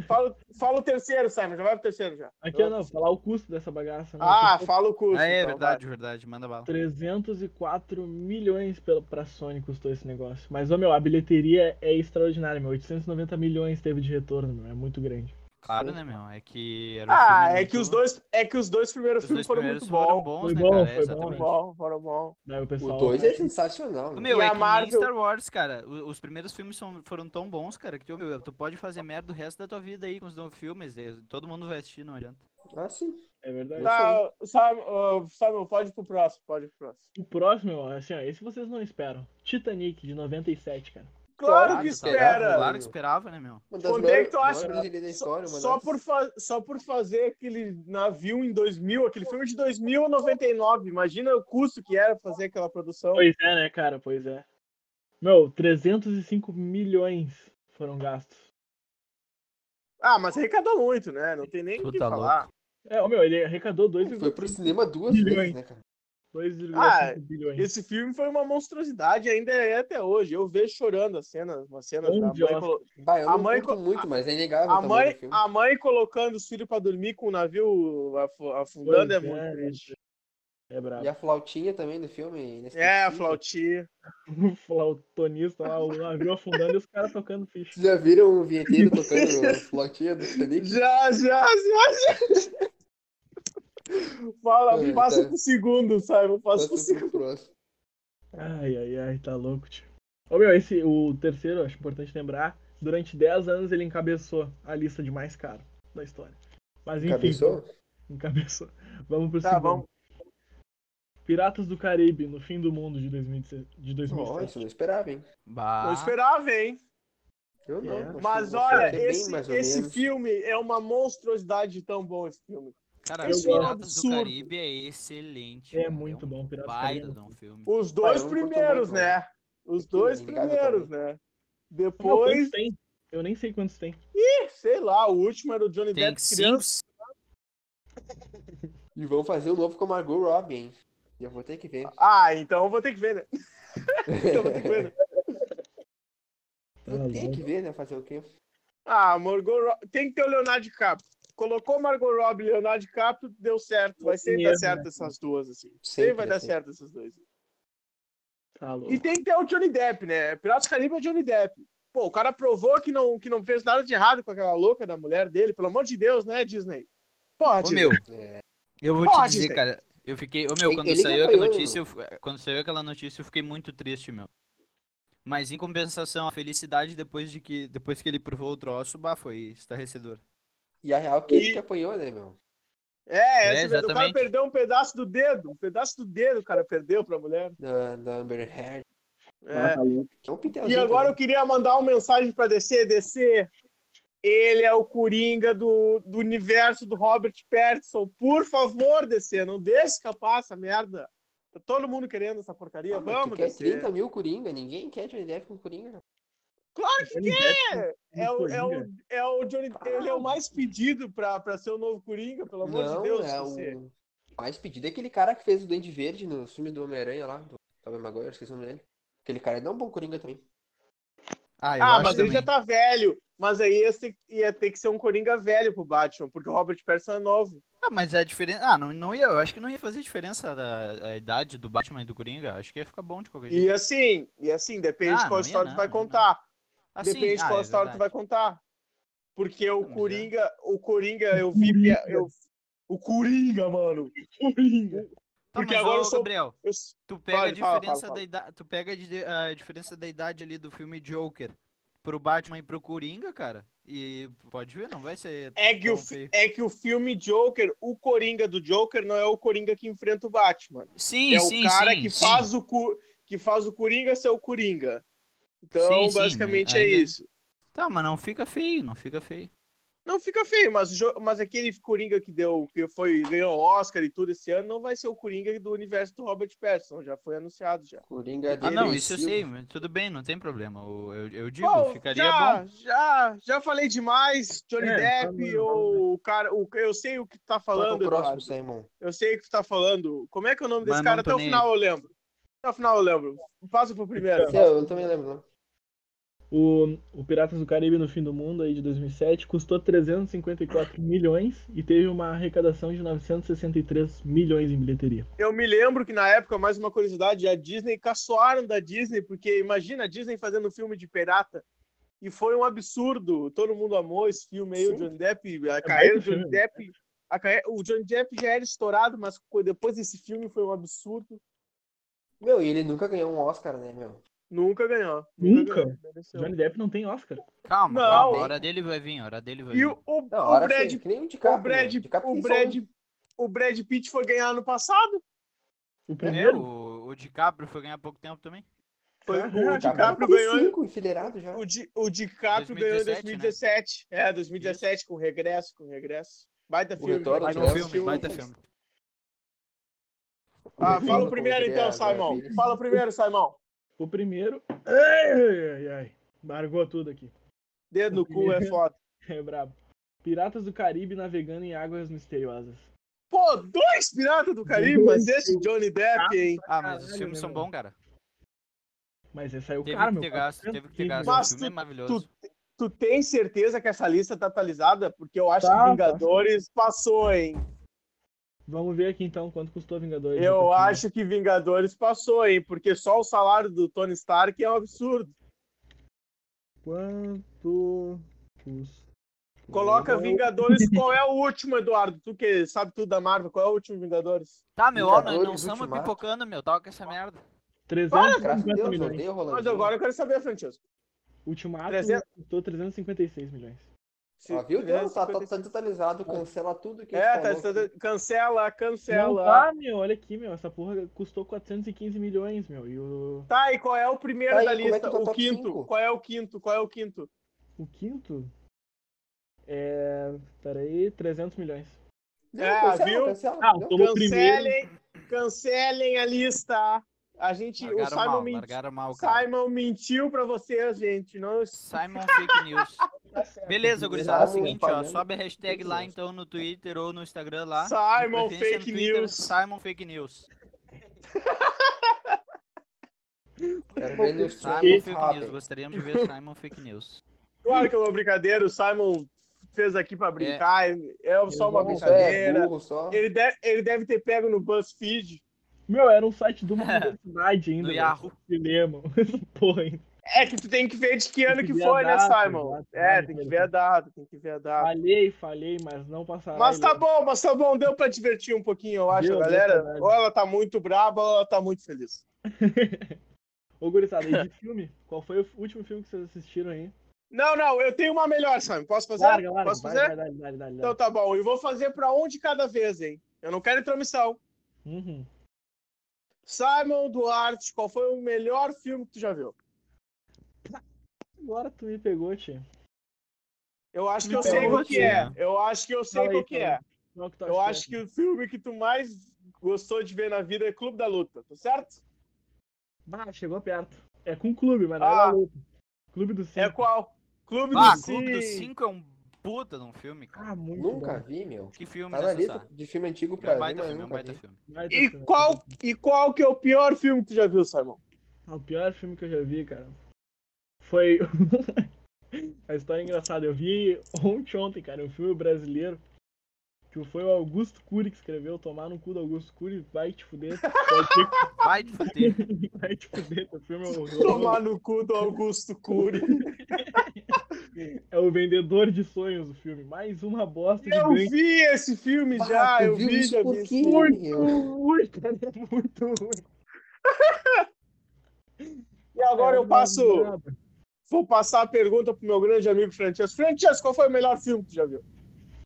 S2: Fala, fala o terceiro, Simon. Já vai pro terceiro já.
S1: Aqui, ó, não, falar o custo dessa bagaça. né?
S2: Ah, fala o curso.
S3: Ah, é
S2: então,
S3: verdade, verdade, manda bala.
S1: 304 milhões pela- pra Sony custou esse negócio. Mas, ô meu, a bilheteria é extraordinária, meu. 890 milhões teve de retorno, meu. É muito grande.
S3: Claro, né, meu? É que.
S2: vai.
S3: Era um
S2: Ah,
S3: filme
S2: é que
S3: muito-
S2: os dois, é que os dois primeiros
S3: os
S2: filmes
S3: dois
S2: foram
S3: primeiros
S2: muito
S3: foram
S2: bons.
S3: bons,
S1: Foi
S3: né,
S1: bom,
S3: cara?
S1: foi
S3: É,
S1: bom,
S3: exatamente.
S2: Bom, foram bons.
S1: Daí o pessoal. assim,
S4: O 2 é sensacional. né?
S3: Meu,
S2: E
S3: é
S2: a
S3: que nem
S2: Marvel-
S3: Star Wars, cara. o- Os primeiros filmes são- foram tão bons, cara, que meu, tu pode fazer merda o resto da tua vida aí com os novos filmes. eh, Todo mundo vai assistir, não adianta.
S4: Ah, sim.
S1: É verdade.
S2: Tá, Simon, ah, Simon, pode ir pro próximo. Pode ir pro próximo.
S1: O próximo, ó, assim, ó, esse vocês não esperam. Titanic, de 97, cara.
S2: Claro,
S4: Claro,
S2: que
S3: tá
S2: espera.
S3: ligado? Claro que esperava, né, meu?
S4: Uma das
S2: Quanto é
S4: maiores-
S2: que tu acha?
S4: maiores bilheterias da história,
S2: só,
S4: uma
S2: só
S4: das-
S2: por fa- só por fazer aquele navio em 2000, aquele filme de 2099. Imagina o custo que era fazer aquela produção.
S1: Pois é, né, cara? Pois é. Meu, 305 milhões foram gastos.
S2: Ah, mas arrecadou muito, né? Não tem nem o
S3: Tu
S2: que
S3: tá
S2: falar.
S1: É, ô, meu, ele arrecadou 2,5
S4: Foi pro cinema duas
S1: Milhões.
S4: vezes, né, cara?
S2: Ah,
S1: bilhões.
S2: Esse filme foi uma monstruosidade, ainda é até hoje. Eu vejo chorando as cenas, uma cena da
S1: Onde,
S2: mãe,
S1: ó?
S2: colo-
S4: Bah, eu
S2: A
S4: não
S2: mãe
S4: curto
S2: co-
S4: muito, mas é inegável o
S2: a,
S4: tamanho do
S2: mãe,
S4: filme.
S2: a mãe colocando os filhos pra dormir com o navio afu- afundando é
S1: Pois é,
S2: muito triste.
S1: É brabo.
S4: E a flautinha também do filme.
S2: É, a
S4: inesquecível.
S2: flautinha.
S1: O flautonista lá, o navio afundando e os caras tocando ficha.
S4: Vocês já viram o vinheteiro tocando a flautinha do Titanic?
S2: Já, já, já, já. Fala,
S4: É,
S2: passa
S4: tá.
S2: pro segundo, Simon, passa pro
S4: Passa
S2: segundo.
S4: pro
S1: um
S4: próximo.
S1: Ai, ai, ai, tá louco, tio. Ô, meu, esse, o terceiro, acho importante lembrar, durante 10 anos ele encabeçou a lista de mais caro da história. Mas enfim,
S4: Cabeçou?
S1: encabeçou. Vamos pro
S2: Tá,
S1: segundo.
S2: vamos.
S1: Piratas do Caribe, no fim do mundo de 2016. De 2007.
S4: Nossa, eu não esperava, hein?
S3: Bah.
S2: Eu esperava, hein?
S4: Eu não.
S1: É.
S4: achei-
S2: Mas
S4: achei
S2: olha,
S4: bem
S2: esse,
S4: mais ou
S2: esse
S4: menos.
S2: filme é uma monstruosidade de tão bom esse filme.
S3: Cara,
S1: Eu
S3: Piratas
S2: gosto.
S3: do Caribe é excelente.
S1: É
S3: cara,
S1: muito
S3: um
S1: bom, Piratas do
S3: baita
S1: Caribe.
S3: de um filme.
S2: Os dois
S4: eu não curto
S2: primeiros,
S4: muito,
S2: né? Os dois
S4: Ninguém ligava
S2: primeiros, né?
S1: Ô, meu,
S2: Depois,
S1: quantos tem? Eu nem sei quantos tem.
S2: sei lá, o último era o Johnny
S3: Tem
S2: Depp criança.
S3: cinco.
S4: E vão fazer o novo com a Margot Robbie, hein? Já vou ter que ver.
S2: Ah, então eu vou ter que ver, né? Então eu vou ter que ver, né?
S1: Tá
S4: Vou ter
S1: louco.
S4: que ver, né? Fazer o quê?
S2: Ah, Margot Robbie. Tem que ter o Leonardo DiCaprio. Colocou Margot Robbie e Leonardo DiCaprio, deu certo. Vai sempre
S1: Dinheiro,
S2: dar
S3: né?
S2: certo essas duas, assim. Sempre, vai dar
S4: assim.
S2: certo essas duas.
S1: Tá louco.
S2: E tem que ter o Johnny Depp, né? Piratas do Caribe é o Johnny Depp. Pô, o cara provou que não, que não fez nada de errado com aquela louca da mulher dele. Pelo amor de Deus, né, Disney? Porra,
S3: Ô,
S2: Disney.
S3: meu, É. eu vou te
S2: Pode,
S3: dizer,
S2: tem.
S3: cara, eu fiquei, ô, meu,
S4: Ele-
S3: quando
S4: ele
S3: saiu
S4: ganhou.
S3: aquela notícia, eu, fu- quando saiu aquela notícia, eu fiquei muito triste, meu. Mas em compensação, a felicidade depois de que depois que ele provou o troço, bah, foi estarrecedor.
S4: E a real é que
S2: E-
S4: ele que apanhou, né, meu?
S2: É, esse
S3: É,
S2: mesmo. o cara
S3: exatamente.
S2: perdeu um pedaço do dedo. Um pedaço do dedo o cara perdeu pra mulher.
S4: Da, da Amber Heard.
S2: É.
S1: tá louco.
S4: Que é um
S2: E
S4: pitelzinho.
S2: agora eu
S4: também.
S2: queria mandar uma mensagem pra DC. DC, ele é o Coringa do, do universo do Robert Pattinson. Por favor, DC, não deixe escapar essa merda. Tá todo mundo querendo essa porcaria.
S4: Ah, mas tu
S2: Vamos,
S4: quer
S2: DC.
S4: 30 mil Coringa? Ninguém quer Johnny Depp com Coringa.
S2: Claro que
S1: Johnny Depp com
S2: é o, é
S1: Coringa.
S2: o, é o Johnny. Ele é o mais pedido pra, pra ser o novo Coringa, pelo amor
S4: não,
S2: de Deus.
S4: é
S2: DC.
S4: o mais pedido. É aquele cara que fez o Dente Verde no filme do Homem-Aranha lá, do Tobey Maguire, esqueci o nome dele. Aquele cara ele é um bom Coringa também.
S3: Ah, eu
S2: Ah,
S3: acho
S2: mas ele
S3: também.
S2: já tá velho. Mas aí ia ter, ia ter que ser um Coringa velho pro Batman, porque o Robert Pattinson é novo.
S3: Ah, mas a diferença. Ah, não, não ia. Eu acho que não ia fazer diferença a, a idade do Batman e do Coringa. Acho que ia ficar bom de qualquer jeito.
S2: E assim, e assim, depende
S3: Ah,
S2: de qual
S3: não ia
S2: história
S3: não,
S2: tu vai
S3: não ia não.
S2: contar.
S3: Assim,
S2: depende de
S3: ah,
S2: qual
S3: é
S2: história tu vai
S3: verdade.
S2: contar. Porque o
S3: Mas é.
S2: Coringa, o Coringa, eu vi. é,
S1: Coringa.
S2: Eu, o Coringa, mano.
S1: Coringa.
S3: Tá,
S2: Porque
S3: mas,
S2: agora
S3: ô,
S2: eu sou-
S3: Gabriel,
S2: Eu,
S3: tu pega a
S2: Fale, fala, fala,
S3: diferença
S2: fala.
S3: da idade. Tu pega a di- a diferença da idade ali do filme Joker pro Batman e pro Coringa, cara. E pode ver, não vai ser.
S2: É que, o,
S3: tão feio.
S2: é que o filme Joker, o Coringa do Joker, não é o Coringa que enfrenta o Batman.
S3: Sim,
S2: é
S3: sim,
S2: o cara
S3: sim,
S2: que,
S3: sim.
S2: Faz o cu, que faz o Coringa ser o Coringa. Então,
S3: Sim, sim,
S2: basicamente
S3: mas
S2: é
S3: ainda-
S2: isso.
S3: Tá, mas não fica feio, não fica feio.
S2: Não fica feio, mas, o jo- mas aquele Coringa que deu, que foi, ganhou Oscar e tudo esse ano, não vai ser o Coringa do universo do Robert Pattinson, já foi anunciado já.
S4: Coringa
S3: Ah,
S4: dele.
S2: é
S3: não, isso eu
S4: Silva.
S3: sei, mas tudo bem, não tem problema. o- Eu, eu digo,
S2: Bom,
S3: ficaria
S2: já,
S3: bom.
S2: já, já falei demais, Johnny
S1: É,
S2: Depp,
S1: tá bom,
S3: né?
S2: o cara, o, eu sei o que tu tá
S4: Qual
S2: falando,
S4: que é o próximo,
S2: Eduardo.
S4: Simon.
S2: Eu sei o que tu tá falando. Como é que é o nome desse
S3: Mas
S2: cara?
S3: não tô
S2: Até o
S3: nem
S2: final eu lembro. Até o final eu lembro. Passa pro primeiro.
S4: Esse é, Eu, eu também lembro, né? não.
S1: O, o Piratas do Caribe no Fim do Mundo aí de 2007 custou 354 milhões e teve uma arrecadação de 963 milhões em bilheteria.
S2: Eu me lembro que na época, mais uma curiosidade, a Disney caçoaram da Disney, porque imagina a Disney fazendo um filme de pirata. E foi um absurdo. Todo mundo amou esse filme aí, o
S4: Sim.
S2: Johnny Depp, a carreira do
S1: É filme. né?
S2: Johnny Depp. a carre- O Johnny Depp já era estourado, mas co- depois desse filme foi um absurdo.
S4: Meu, e ele nunca ganhou um Oscar, né, meu?
S2: Nunca ganhou.
S1: Nunca?
S2: ganhou, mereceu.
S1: Johnny Depp não tem Oscar.
S3: Calma,
S2: Não.
S3: calma, a hora dele vai vir, a hora dele vai
S2: E
S3: vir.
S2: o, o,
S4: Não,
S2: o
S4: hora assim,
S2: Brad,
S4: que, que nem o
S2: o
S4: DiCaprio.
S2: Brad,
S4: meu. DiCaprio
S2: o
S4: tem só
S2: Brad,
S4: um.
S2: o Brad Pitt foi ganhar ano passado.
S1: O
S3: É,
S1: primeiro.
S3: o, o DiCaprio foi ganhar há pouco tempo também.
S2: Foi,
S1: Ah,
S2: o
S4: tá
S1: o
S2: DiCaprio
S4: tem
S2: ganhou.
S4: né? cinco, enfileirado já.
S2: O, Di, o DiCaprio ganhou em 2017.
S3: 2017,
S2: É, 2017, com regresso, com regresso. Baita filme.
S4: retorno
S2: baita
S4: do
S3: Baita
S4: Nossa,
S3: filme,
S4: filme.
S3: baita filme.
S2: Ah, fala o
S4: Como
S2: primeiro
S4: diria
S2: então,
S4: agora,
S2: Simon.
S4: filho.
S2: Fala o primeiro, Simon.
S1: O primeiro. Ai, ai, ai. Largou tudo aqui.
S2: Dedo no cu é foda.
S1: É brabo. Piratas do Caribe navegando em águas misteriosas.
S2: Pô, dois Piratas do Caribe, mas esse Johnny Depp, hein?
S3: Ah, mas os
S1: Caralho,
S3: filmes
S1: né,
S3: são
S1: meu?
S3: bons, cara.
S1: Mas esse aí é o
S3: Teve
S1: cara,
S3: que
S1: meu.
S3: ter gasto, teve que ter
S1: 415
S3: gasto.
S1: milhões.
S2: Mas
S3: o filme é maravilhoso.
S2: Tu tem certeza que essa lista tá atualizada? Porque eu acho
S1: Tá,
S2: que
S1: tá.
S2: Vingadores passou, hein?
S1: Vamos ver aqui então quanto custou Vingadores. Tipo,
S2: Eu
S1: Ultimato.
S2: acho que Vingadores passou, hein? Porque só o salário do Tony Stark é um absurdo.
S1: Quanto custou?
S2: Coloca Vingadores, qual é o último, Eduardo? Tu que sabe tudo da Marvel, qual é o último Vingadores?
S3: Tá, meu, ó, não, não
S4: Vingadores
S3: estamos
S4: Ultimato.
S3: pipocando, meu. Toca essa merda.
S4: Graças a
S1: 350
S4: Deus,
S1: milhões.
S4: odeio Rolandinho.
S2: Mas agora eu quero saber, Francesco.
S1: Ultimato
S2: 300.
S1: custou 356 milhões.
S4: Ó, viu, Deus? Tá, tá, tá totalizado, cancela tudo que a
S2: É, tá,
S4: gente falou.
S2: tá- cancela,
S1: Não
S2: cancela.
S1: tá, meu, olha aqui, meu. Essa porra custou 415 milhões, meu. E o,
S2: Tá, e qual é o primeiro
S4: Tá, e
S2: da
S4: como é que
S2: lista?
S4: tá o
S2: o
S4: top
S2: quinto.
S4: cinco?
S2: Qual é o quinto? Qual é o quinto?
S1: o quinto é. Peraí, 300 milhões.
S4: Não,
S2: É,
S4: cancela,
S2: viu?
S4: cancela.
S1: Ah,
S4: Não,
S1: o Tomo primeiro.
S2: Cancelem, cancelem a lista. A gente, o
S3: Largaram
S2: Simon,
S3: mal,
S2: mentiu-
S3: largaram mal, cara.
S2: Simon mentiu pra vocês, gente. Não,
S3: Simon Fake News. Tá
S2: Tá
S3: Beleza, gurizada. É o
S4: Simon
S3: seguinte, ó.
S4: falhando.
S3: Sobe a hashtag lá
S4: News.
S3: então no Twitter ou no Instagram lá.
S2: Simon
S3: De preferência Tá. no
S2: Fake
S3: Twitter,
S2: News.
S3: Simon Fake News.
S4: Quero ver
S3: Simon
S4: no Straight
S3: Fake News.
S4: Happen.
S3: Gostaríamos de ver Simon Fake News.
S2: claro que é uma brincadeira. O Simon fez aqui pra brincar. É, só uma
S4: Não,
S2: brincadeira.
S4: É, burro só.
S2: Ele deve, ele deve ter pego no BuzzFeed.
S1: Meu, era um site de uma universidade ainda. meu.
S3: No
S4: né?
S3: Yahoo.
S1: Cinema. Porra, hein?
S2: É que tu tem que ver de que ano
S1: que
S2: que
S1: ver
S2: foi,
S1: a
S2: né,
S1: data,
S2: Simon?
S1: exato, né,
S2: É, tem que
S1: Pedro?
S2: ver a data, tem que ver a data.
S1: Falhei, falhei, mas não passará.
S2: Mas tá
S1: ileso.
S2: bom, mas tá bom, deu pra divertir um pouquinho, eu acho,
S1: Deu,
S2: galera.
S1: deu pra nada.
S2: ou ela tá muito braba, ou ela tá muito feliz.
S1: Ô, gurizada, e de filme? Qual foi o último filme que vocês assistiram aí?
S2: Não, não, eu tenho uma melhor, Simon. Posso fazer?
S1: Larga, larga.
S2: Posso
S1: vai,
S2: fazer?
S1: vai, dale, dale, dale, dale.
S2: Então tá bom, eu vou fazer pra um de cada vez, hein? Eu não quero intromissão.
S1: Uhum.
S2: Simon Duarte, qual foi o melhor filme que tu já viu?
S1: Agora tu me pegou, tia.
S2: Eu acho que
S1: Me
S2: eu sei
S1: pegou,
S2: qual que é.
S3: tia.
S2: Eu acho que eu sei
S1: né? Fala aí,
S2: qual que
S1: fala aí. tá
S2: é.
S1: Não, que tu
S2: Eu acho que o filme que tu mais gostou de ver na vida é Clube da Luta, tá certo?
S1: Bah, chegou perto. É com o clube, mas não
S2: Ah.
S1: é o outro. Clube do Cinco.
S2: É qual? Clube
S3: Ah,
S2: do
S3: Clube dos
S2: Cinco.
S3: 5 é um puta de um filme, cara.
S1: Ah, muito
S4: Nunca
S1: bom.
S4: vi, meu.
S3: Que filme
S4: Tá na
S3: dessa
S4: lista
S3: saga?
S4: de filme antigo
S3: É um
S4: pra mim,
S3: baita
S4: mas
S3: filme, é um
S4: nunca
S3: baita
S4: vi.
S3: filme.
S1: Vai,
S2: E
S1: Tatá.
S2: qual, e qual que é o pior filme que tu já viu, Simon?
S1: Ah, O pior filme que eu já vi, cara, foi... A história é engraçada. Eu vi ontem, ontem, cara, um filme brasileiro que foi o Augusto Cury que escreveu. Tomar no cu do Augusto Cury, vai te fuder. Vai te
S3: Vai te fuder.
S1: Vai te fuder, teu filme é horroroso.
S2: Tomar no cu do Augusto Cury.
S1: É o vendedor de sonhos o filme. Mais uma bosta de
S2: Eu
S1: grande.
S2: vi esse filme
S4: Ah,
S2: já,
S4: tu
S2: eu
S4: viu
S2: vi,
S4: isso
S2: já
S4: por
S2: vi. esse
S4: quê?
S2: filme.
S1: é Muito ruim, cara. É muito ruim.
S2: E agora
S1: É
S2: eu
S1: uma
S2: passo,
S1: merda.
S2: vou passar a pergunta pro meu grande amigo Francesco. Francesco, qual foi o melhor filme que tu já viu?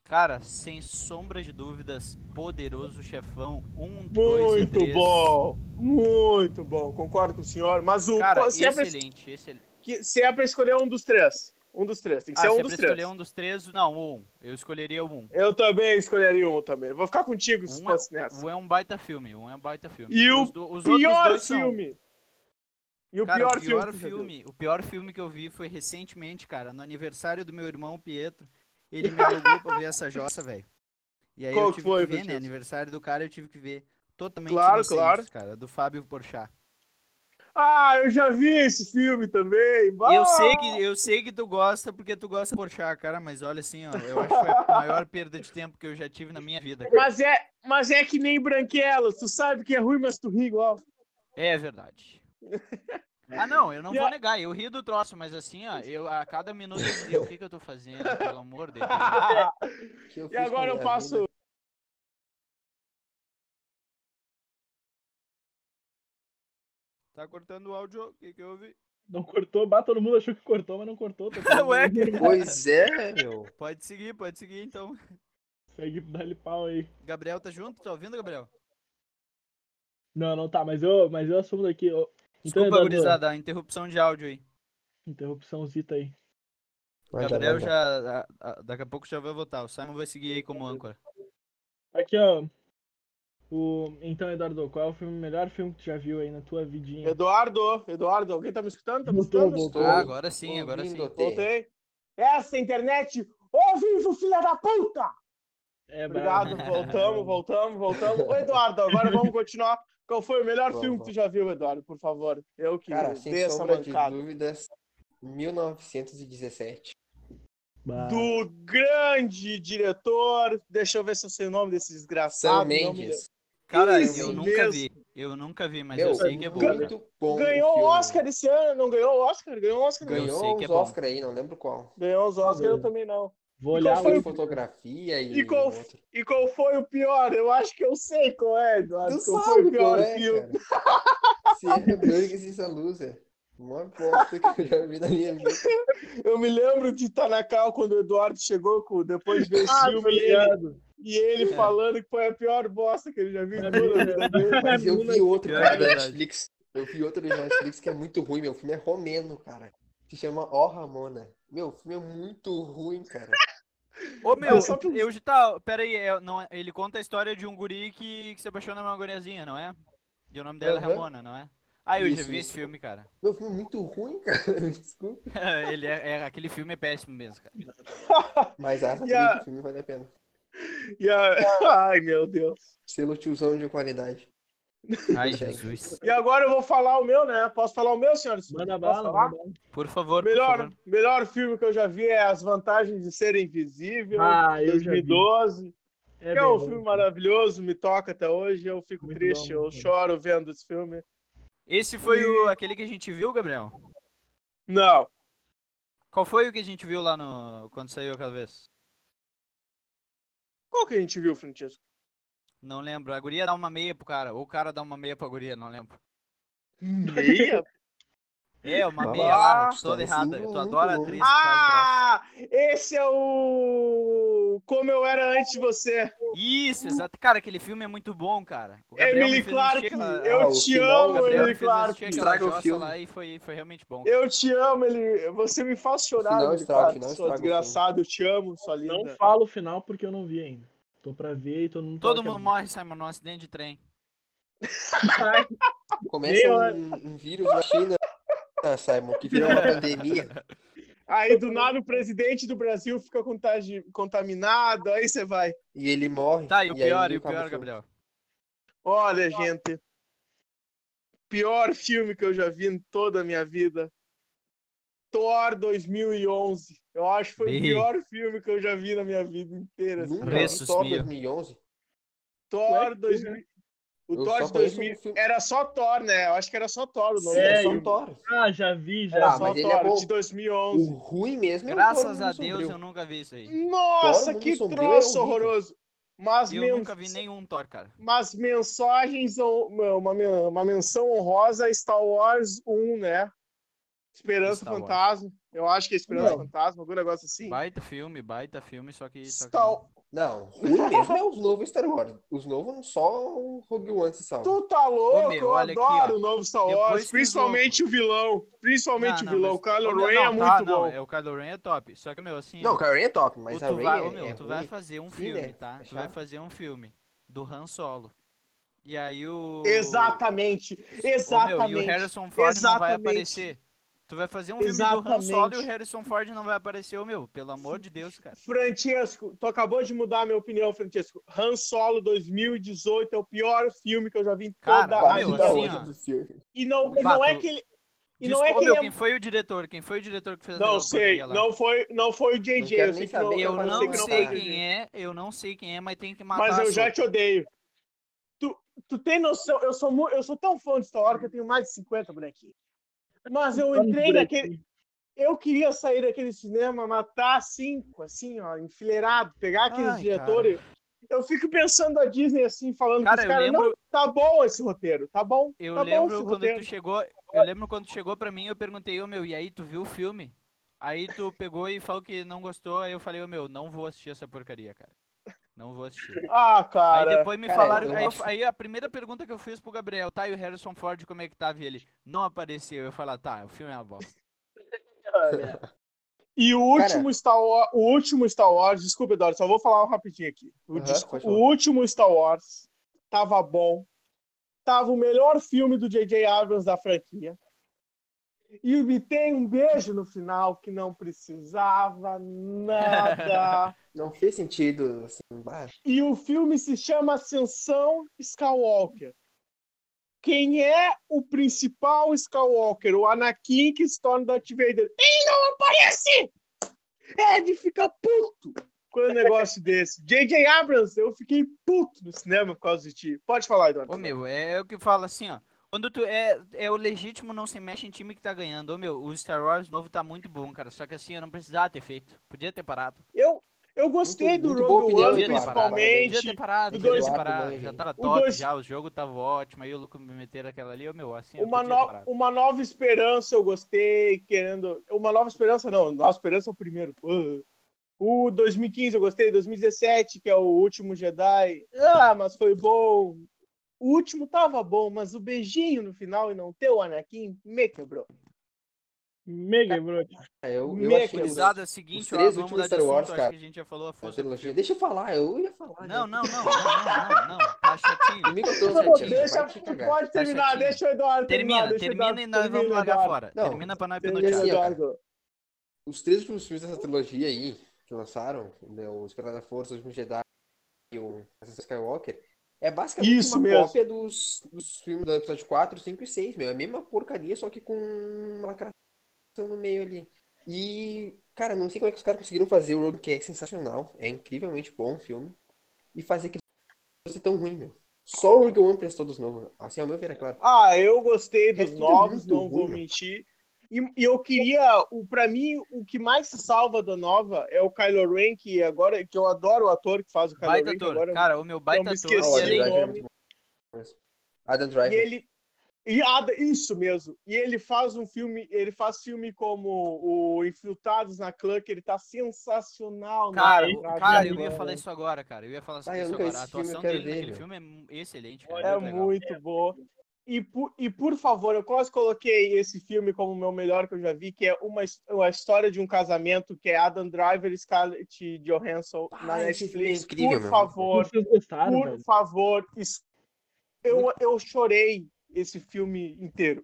S3: Cara, sem sombra de dúvidas, poderoso chefão. Um, dois e
S2: Muito
S3: três.
S2: bom, muito bom, concordo com o senhor. Mas o
S3: Cara,
S2: se, é pra,
S3: excelente, excelente.
S2: que- se é pra escolher um dos três, um dos três, tem que
S3: Ah,
S2: ser
S3: se
S2: um
S3: é
S2: dos
S3: pra
S2: três.
S3: escolher um dos três, não, um. Eu escolheria um.
S2: Eu também escolheria um também. Vou ficar contigo se
S3: Um
S2: fosse nessa.
S3: Um é um baita filme, um é um baita filme.
S2: E o
S3: os do- os outros
S2: Pior
S3: dois são-
S2: filme. E o
S3: Cara,
S2: pior,
S3: o pior
S2: filme. que tu já viu?
S3: filme, o pior filme que eu vi foi recentemente, cara, no aniversário do meu irmão Pietro. Ele me alugou pra ver essa jossa, velho. E aí
S2: Qual
S3: eu
S2: que
S3: tive
S2: foi,
S3: que ver, né?
S2: Francisco?
S3: Aniversário do cara, eu tive que ver. Totalmente
S2: Claro,
S3: Inocentes,
S2: claro.
S3: cara, do Fábio Porchat.
S2: Ah, eu já vi esse filme também. Bah!
S3: Eu sei que eu sei que tu gosta porque tu gosta de Porchat, cara, mas olha assim, ó, eu acho que foi a maior perda de tempo que eu já tive na minha vida. cara.
S2: Mas é, mas é que nem branquelas, tu sabe que é ruim, mas tu ri igual.
S3: É verdade. Ah, não, eu não
S2: E
S3: vou
S2: a-
S3: negar, eu ri do troço, mas assim, ó, eu a cada minuto eu dizia, o que que eu tô fazendo, pelo amor de Deus.
S4: Que
S2: e
S4: fiz com a
S2: agora eu
S4: minha
S2: passo.
S4: vida.
S3: Tá cortando o áudio, o que que houve?
S1: Não cortou, bah, todo mundo achou que cortou, mas não cortou. tá tudo
S3: Ué,
S1: bem.
S4: Pois é, meu.
S3: Pode seguir, pode seguir então.
S1: Segue, dá-lhe pau aí.
S3: Gabriel tá junto? Tá ouvindo, Gabriel?
S1: Não, não tá, mas eu, mas eu assumo daqui. ó. Então,
S3: Desculpa,
S1: Eduardo,
S3: gurizada, a interrupção de áudio aí.
S1: Interrupção zita aí.
S4: Vai dar,
S3: Gabriel
S4: vai dar.
S3: já. a- a- daqui a pouco já vai votar. O Simon vai seguir aí como âncora.
S1: Aqui, ó. O... Então, Eduardo, qual é o filme- melhor filme que tu já viu aí na tua
S4: né?
S1: vidinha?
S2: Eduardo, Eduardo, alguém tá me escutando? Tá me
S1: Voltou,
S2: escutando?
S4: voltou.
S3: Ah, agora sim, agora sim.
S4: Ouvindo, Tê.
S2: Voltei. Essa internet, ô vivo, filha da puta!
S1: É,
S2: Obrigado,
S1: brabo.
S2: voltamos, voltamos, voltamos. Ô, Eduardo, agora vamos continuar. Qual foi o melhor
S4: Vamos,
S2: filme que tu já viu, Eduardo, por favor? Eu que
S4: Cara,
S2: dei
S4: sem
S2: essa
S4: sombra de
S2: mancada.
S4: dúvidas, 1917.
S1: Bah,
S2: do grande diretor. Deixa eu ver se eu sei o nome desse
S4: Sam
S2: desgraçado. não me
S4: Mendes.
S3: Cara,
S2: Isso
S3: eu nunca
S2: mesmo.
S3: vi. Eu nunca vi, mas
S4: Meu,
S3: eu sei que é bom.
S2: nunca-
S3: cara.
S4: muito bom.
S2: lembro. Ganhou
S4: o
S2: o
S4: filme.
S2: Oscar esse ano, não ganhou o Oscar? Ganhou o Oscar?
S3: Ganhou.
S4: Ganhou
S3: sei que é
S4: uns
S3: bom.
S4: Oscar aí, não lembro qual.
S2: Ganhou os Oscar,
S1: Ganhou.
S2: eu também não.
S1: Vou
S2: e
S1: olhar
S2: qual Então foi
S4: Foi
S1: o
S2: o-
S4: fotografia e. um
S2: E qual-
S4: outro.
S2: E qual foi o pior? Eu acho que eu sei qual é, Eduardo.
S4: Tu
S2: qual foi o
S4: sabe qual
S2: pior
S4: é,
S2: filme?
S4: cara. é Sempre Burgers e Salusa. Uma é. bosta que eu já vi na minha vida.
S2: Eu me lembro de Tanacal quando o Eduardo chegou com, depois de ver
S1: Ah,
S2: esse filme e ele, e ele
S3: É.
S2: falando que foi a pior bosta que ele já viu.
S1: É.
S2: em toda a vida dele.
S4: Mas eu vi outro
S3: Pior
S4: cara
S3: que
S4: da
S3: É verdade.
S4: Netflix. Eu vi outro da Netflix que é muito ruim, meu. O filme é romeno, cara. Se chama Ó Ramona. Meu, o filme é muito ruim, cara.
S3: Ô meu,
S2: só pra-
S3: eu já tá. Pera aí, é- não, é- ele conta a história de um guri que, que se apaixona por uma guriazinha, não é? E o nome dela é
S4: Aham.
S3: Ramona, não é? Ah, eu já
S4: Isso,
S3: vi
S4: isso.
S3: esse filme, cara.
S4: Meu, o filme é muito ruim, cara. Me Desculpa.
S3: ele é, é- aquele filme é péssimo mesmo, cara.
S4: Mas essa
S2: E a-
S4: do filme vale a pena.
S2: E a- Ai, meu Deus.
S4: Selo tiozão de qualidade.
S3: Ai, Jesus.
S2: E agora eu vou falar o meu, né? Posso falar o meu, senhores?
S1: Manda
S2: Posso
S1: bala,
S2: falar?
S1: manda bala.
S3: Por favor, por
S2: Melhor,
S3: favor.
S2: melhor filme que eu já vi é As Vantagens de Ser Invisível,
S1: Ah, eu já vi.
S2: 2012.
S1: É,
S2: é um
S1: bem bom.
S2: filme maravilhoso, me toca até hoje. Eu fico
S1: Muito
S2: triste,
S1: bom,
S2: eu
S1: muito bom.
S2: choro vendo esse filme.
S3: Esse foi o, aquele que a gente viu, Gabriel?
S2: Não,
S3: Qual foi o que a gente viu lá no. quando saiu aquela vez?
S2: qual que a gente viu, Francisco?
S3: Não lembro. A guria dá uma meia pro cara, ou o cara dá uma meia pra guria, não lembro.
S2: Meia?
S3: É, uma
S4: Bah,
S3: meia lá,
S4: tá
S3: toda
S4: assim,
S3: errada. Tu
S4: muito
S3: adora
S4: bom.
S3: atriz. que faz
S2: ah, esse é o Como Eu Era Antes de Você.
S3: graça. Isso, exato. Cara, aquele filme é muito bom, cara. O Gabriel me
S2: Emily
S3: fez
S2: Clark,
S3: assistir aquela-
S4: Ah,
S2: eu
S4: o
S2: te
S4: final,
S2: amo,
S3: Gabriel
S2: Emily
S3: me fez assistir
S2: Clark.
S3: aquela
S4: Estraga o
S3: jossa
S4: filme.
S3: lá e foi, foi realmente bom.
S2: Eu te amo, ele. Você me faz chorar,
S4: Final
S2: Emily
S4: estraga,
S2: Clark,
S4: final
S2: sua
S4: estraga o filme.
S2: desgraçada. Eu te amo, sua linda.
S1: Não falo o final porque eu não vi ainda. Tô pra ver e todo mundo.
S3: Todo
S1: fala que é
S3: mundo morre, Simon, num acidente de trem.
S4: Começa
S1: Meu,
S4: um, um vírus na China, ah, Simon, que virou uma pandemia.
S2: Aí do nada o presidente do Brasil fica contagi- contaminado, aí você vai.
S4: E ele morre.
S3: Tá, e o
S4: aí
S3: pior, e o
S4: acaba
S3: pior,
S4: filme.
S3: Gabriel.
S2: Olha, gente. Pior filme que eu já vi em toda a minha vida. Thor 2011. Eu acho que foi
S3: Ih.
S2: o pior filme que eu já vi na minha vida inteira. assim.
S4: Nunca vi
S3: Ressus
S4: Thor
S3: meu.
S4: 2011.
S2: Thor
S4: é
S1: Ué,
S2: 2000. O
S4: Eu
S2: Thor
S4: só
S2: de
S4: conheço
S2: 2000.
S4: um filme-
S2: Era só Thor, né? Eu acho que era só Thor o nome.
S1: É,
S2: do
S4: só
S2: filme.
S4: um Thor.
S1: Ah, já vi, já.
S4: Ah,
S1: vi.
S2: Só
S4: mas ele é
S2: Thor,
S4: bom.
S2: de 2011.
S4: O ruim mesmo é o
S3: Graças
S4: Thor
S3: a
S4: Mundo
S3: Deus
S4: Sombrio.
S3: eu nunca vi isso aí.
S2: Nossa,
S4: Thor, o
S2: que
S4: Mundo Sombrio é
S2: troço
S4: horrível.
S2: horroroso. Mas assim,
S3: Eu
S2: men-
S3: nunca vi nenhum Thor, cara.
S2: mas mensagens, uma, uma menção honrosa a Star Wars 1, né? Esperança
S3: Star Wars.
S2: Fantasma. Eu acho que é Esperança
S1: Não.
S2: Fantasma, algum negócio assim.
S3: Baita filme, baita filme, só que. Só que
S2: Star-
S3: não.
S4: Não, ruim mesmo é os novos Star Wars. Os novos só o Rogue One se salva.
S2: Tu tá louco,
S3: meu,
S2: eu
S3: olha aqui,
S2: adoro
S3: ó.
S2: o novo Star
S3: Depois
S2: Wars,
S3: que os
S2: principalmente o vilão. Principalmente
S3: Não,
S2: o vilão.
S3: não,
S2: o Kylo
S3: mas-
S2: Ren é
S3: Não,
S2: muito
S3: tá, não,
S2: bom.
S3: é, o Kylo Ren é top. Só que, meu, assim.
S4: Não, o
S3: ó,
S4: Kylo Ren é top,
S3: ou
S4: mas a
S3: tu
S4: Rey
S3: vai,
S4: é,
S3: ô, meu,
S4: é
S3: tu vai
S4: ruim.
S3: fazer um
S4: Sim,
S3: filme,
S4: né?
S3: tá?
S4: É
S3: Tu vai
S4: chato.
S3: fazer um filme do Han Solo. E aí o.
S2: Exatamente,
S3: Ô, meu, e o
S2: exatamente.
S3: Harrison Ford não vai
S2: Exatamente.
S3: aparecer. Tu vai fazer um filme do Han Solo e o
S2: Exatamente.
S3: Harrison Ford não vai aparecer, ô meu, pelo amor de Deus, cara.
S2: Francesco, tu acabou de mudar a minha opinião, Francesco. Han Solo 2018 é o pior filme que eu já vi em toda
S3: Cara,
S2: a
S3: meu,
S2: vida.
S4: Tá
S3: assim,
S4: longe
S3: ó.
S4: do filme.
S2: E não, e não é que ele. E não é
S3: Desculpa,
S2: que
S3: meu,
S2: ele
S3: quem
S2: é...
S3: foi o diretor? Quem foi o diretor que fez a
S2: Não sei,
S3: trilogia lá?
S2: não foi, não foi o
S4: Não
S2: JJ.
S4: quero
S2: Eu sei
S4: nem
S2: que não,
S4: saber,
S3: Eu
S4: Mas
S3: não
S4: sei
S2: que
S4: que não
S3: sei
S4: vai.
S3: quem é, eu não sei quem é, mas tem que matar.
S2: Mas eu já
S3: assunto.
S2: te odeio. Tu, tu tem noção? Eu sou, mu- eu sou tão fã de Star Wars que eu tenho mais de 50 bonequinhos. Mas eu
S1: Vamos
S2: entrei
S1: por aí.
S2: naquele. Eu queria sair daquele cinema, matar cinco, assim, ó, enfileirado, pegar aqueles
S3: Ai,
S2: diretores. Eu fico pensando a Disney assim, falando
S3: Cara,
S2: pros
S3: eu
S2: caras, não,
S3: lembro-
S2: tá bom esse roteiro, tá bom,
S3: Eu
S2: tá bom
S3: lembro
S2: esse
S3: quando
S2: roteiro.
S3: tu chegou, eu lembro quando tu chegou pra mim, eu perguntei, ô meu, e aí tu viu o filme? Aí tu pegou e falou que não gostou, aí eu falei, ô meu, não vou assistir essa porcaria, cara. Não vou assistir.
S2: Ah,
S3: Aí
S2: cara.
S3: depois me
S4: cara,
S3: falaram,
S4: eu
S3: aí, eu-
S4: acho-
S3: aí a primeira pergunta que eu fiz pro Gabriel, tá, e o Harrison Ford, como é que tava? E ele, não apareceu. Eu falei, tá, o filme é uma bosta.
S2: E o
S4: Cara.
S2: último Star Wars, o último Star Wars, desculpa, Eduardo, só vou falar um rapidinho aqui. O,
S4: Aham,
S2: disco-
S4: pode
S2: o
S4: falar.
S2: último Star Wars tava bom. Tava o melhor filme do J.J. Abrams da franquia. E me tem um beijo no final que não precisava nada.
S4: Não fez sentido, assim, bah,
S2: e o filme se chama Ascensão Skywalker. Quem é o principal Skywalker? O Anakin que se torna Darth Vader. Ele não aparece!
S4: É de ficar puto.
S2: Quando um negócio desse. J.J. Abrams, eu fiquei puto no cinema por causa de ti. Pode falar, Eduardo.
S3: Ô, meu, é o que fala assim, ó. Quando tu é, é o legítimo não se mexe em time que tá ganhando. Ô, meu, o Star Wars novo tá muito bom, cara. Só que assim, eu não precisava ter feito. Podia ter parado.
S2: Eu, eu gostei
S4: Muito-
S2: do
S4: muito boa
S2: Rogue One,
S4: opinião,
S3: Podia ter parado. Podia
S2: principalmente.
S3: ter parado.
S2: do
S3: Podia
S2: dois-
S3: ter parado. Já tava
S2: O
S3: top,
S2: dois-
S3: já. O jogo tava ótimo. Aí o Luco me meteram aquela ali. Ô, meu, assim, eu
S2: Uma,
S3: podia
S2: no-
S3: ter parado.
S2: uma nova esperança eu gostei, querendo. Uma nova esperança, não. Nova esperança é o primeiro. Uh. O 2015 eu gostei, 2017, que é o último Jedi. Ah, mas foi bom. O último tava bom, mas o beijinho no final e não ter o Anakin me quebrou.
S1: Mega quebrou.
S4: É, eu, eu
S2: Me
S4: achei
S3: Gurizada, é o seguinte,
S4: três
S3: ó, vamos
S4: últimos
S3: mudar de
S4: Star
S3: assunto,
S4: Wars,
S3: acho
S4: cara.
S3: que a gente já falou a
S4: a
S3: força.
S4: trilogia. Deixa eu falar, eu ia
S3: Não,
S4: falar. né?
S3: não, não, não, não, não, não, tá chatinho.
S4: Me contou,
S3: Tá bom,
S4: Zetinho,
S2: Deixa,
S4: vai te cagar.
S2: pode terminar,
S3: chatinho.
S2: deixa o Eduardo terminar.
S3: Termina,
S2: deixa o Eduardo
S3: termina e nós vamos
S2: terminar,
S3: largar
S2: Eduardo.
S3: fora.
S4: Não,
S3: Termina pra nós
S2: Termina,
S3: penotear.
S4: Assim, ó, cara.
S2: Eduardo.
S4: Os três últimos filmes dessa trilogia aí, que lançaram, né, o Esperar da Força, o Último Jedi e o Ascensão Skywalker, é basicamente
S2: Isso
S4: uma
S2: mesmo.
S4: cópia dos, dos filmes do episódio 4, 5 e 6, meu. É a mesma porcaria, só que com uma lacração no meio ali. E, cara, não sei como é que os caras conseguiram fazer o Rogue, que é sensacional, é incrivelmente bom o filme, e fazer que fosse tão ruim, meu. Só o Rogue One prestou dos novos, assim, ao meu ver, é claro.
S2: Ah, eu gostei
S4: É
S2: dos
S4: tudo
S2: novos,
S4: muito
S2: não vou
S4: ruim.
S2: mentir. E, e eu queria, o para mim, o que mais se salva da nova é o Kylo Ren, que agora que eu adoro o ator que faz o Kylo
S3: Baita
S2: Ren que
S3: ator.
S2: agora. é um
S3: Cara, o meu baita
S2: me
S3: ator.
S2: esqueci do
S3: e além-
S4: Adam
S2: nome.
S4: Driver é muito bom. Adam
S2: E
S4: Driver.
S2: ele e Ada- isso mesmo. E ele faz um filme, ele faz filme como o Infiltrados na Clã, que ele tá sensacional na
S3: é Cara,
S2: Clã,
S3: cara,
S2: né?
S3: eu ia falar isso agora, cara. Eu ia falar
S4: Ah,
S3: sobre
S4: eu
S3: isso
S4: nunca
S3: agora. A
S4: assisti, mas eu
S3: atuação
S4: quero
S3: dele
S4: ver,
S3: naquele
S4: meu.
S3: filme é mu- excelente, cara.
S2: É
S3: legal.
S2: muito boa. E por, e por favor, eu quase coloquei esse filme como o meu melhor que eu já vi, que é uma, his- uma história de um casamento que é Adam Driver e Scarlett Johansson na
S4: Ah, esse filme é
S2: Netflix.
S4: incrível,
S2: por
S4: meu.
S2: favor,
S1: Vocês gostaram,
S2: por
S1: velho?
S2: favor. es- Eu, eu chorei esse filme inteiro.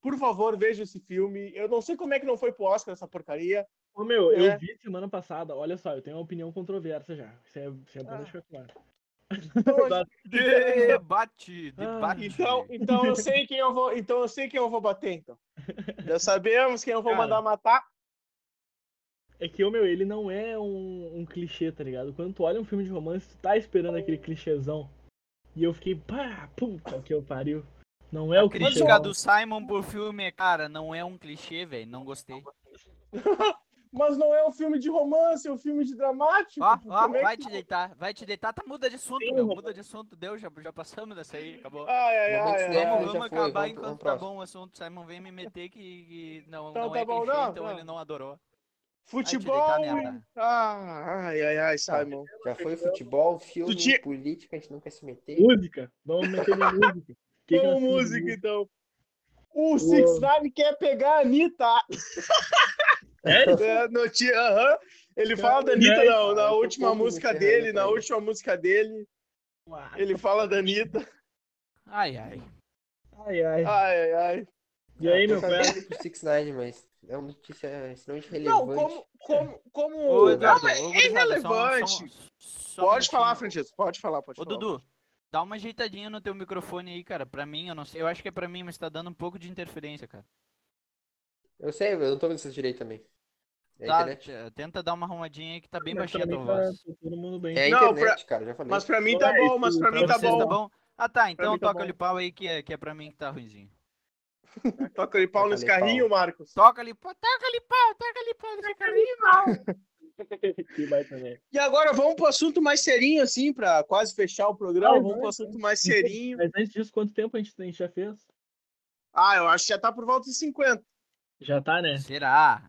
S2: Por favor, veja esse filme. Eu não sei como é que não foi pro Oscar essa porcaria.
S1: Ô, meu,
S2: É.
S1: eu vi semana passada. Olha só, eu tenho uma opinião controversa já. Isso é, isso é bom
S2: Ah.
S1: deixar claro.
S3: Debate, debate.
S2: Então, então eu sei quem eu vou, então eu sei quem eu vou bater então. Já sabemos quem eu vou
S1: Cara.
S2: mandar matar.
S1: É que, ô, meu, ele não é um, um clichê, tá ligado? Quando tu olha um filme de romance, tu tá esperando aquele clichêzão. E eu fiquei, pá, puta que eu pariu. Não é o
S3: a
S1: clichê.
S3: crítica do Simon pro filme, é, cara, não é um clichê, velho. Não gostei.
S2: Mas não é um filme de romance, é um filme de dramático.
S3: Ó, ó,
S2: Como é
S3: vai
S2: que-
S3: te deitar, vai te deitar. Tá, muda de assunto,
S1: Sim,
S3: meu.
S1: mano.
S3: Muda de assunto, deu, já, já passamos dessa aí, acabou.
S2: Ai, ai,
S3: é
S2: ai,
S4: Momentos
S2: ai,
S4: dela,
S2: ai.
S4: É, já
S3: Vamos, vamos
S4: foi,
S3: acabar
S4: vamos-
S3: enquanto
S4: vamos
S3: tá
S4: próximo.
S3: bom o assunto. Simon vem me meter que, que não,
S2: Então
S3: não
S2: tá
S3: é
S2: bom,
S3: clichê,
S2: não,
S3: então
S2: não.
S3: ele não adorou.
S2: Futebol.
S3: Vai te deitar, né, Tá. merda.
S2: Ah, ai, ai, ai, Simon.
S4: Já foi futebol, filme,
S2: Tu tinha-
S4: política, a gente não quer se meter.
S1: Música. Vamos meter na música. Que que nós temos
S2: Vamos
S1: de
S2: música,
S1: música?
S2: então. O Six Nine quer pegar a Anitta. É, não tinha- aham. Ele fala da Anitta
S1: Caralho,
S2: na,
S4: cara, eu
S2: na
S4: tô
S2: última
S4: todo
S2: música
S4: ferrado
S2: dele, na
S4: pra ele.
S2: última música dele,
S1: Uau.
S2: ele fala da Anitta.
S3: Ai, ai.
S1: Ai, ai.
S3: Ah,
S2: Ai, ai, ai.
S1: e aí, meu,
S4: Ah, tô
S1: qual é?
S4: cagando pro Six Nine, mas é uma notícia extremamente
S2: Não,
S4: relevante.
S2: como, como, como...
S3: Ô, Eduardo,
S2: Não,
S3: ô,
S2: é
S3: gurizada, só um-
S2: irrelevante.
S3: só um- só um
S2: Pode falar,
S3: minutinho.
S2: Francesco, pode falar, pode
S3: Ô,
S2: falar.
S3: Dudu, dá uma ajeitadinha no teu microfone aí, cara. Pra mim, eu não sei. Eu acho que é pra mim, mas tá dando um pouco de interferência, cara.
S4: Eu sei, eu não tô vendo isso direito também. É a
S3: Tá,
S4: internet.
S3: t- tenta dar uma arrumadinha aí que tá bem
S1: Mas
S3: baixinha a tua
S1: também tá-
S3: voz.
S1: tá todo mundo bem.
S4: É a
S2: Não,
S4: internet, cara, já falei.
S2: Mas pra mim tá bom, mas pra
S1: Pra
S2: mim tá
S3: vocês,
S2: bom.
S3: Ah, tá. Então
S2: mim tá
S3: toca
S2: bom.
S3: ali pau aí que é, que é pra mim que tá ruimzinho.
S2: Toca ali pau
S4: Toca
S2: nos
S4: ali pau.
S2: carrinhos, Marcos.
S3: Toca ali pau, toca ali pau, toca ali pau, nesse carinho. É
S1: Que vai também.
S2: E agora vamos pro assunto mais serinho, assim, pra quase fechar o programa.
S1: Vai,
S2: vamos
S1: vai,
S2: pro assunto mais serinho.
S1: Mas antes disso, quanto tempo a gente, a gente já fez?
S2: Ah, eu acho que já tá por volta de 50.
S1: Já tá, né?
S3: Será?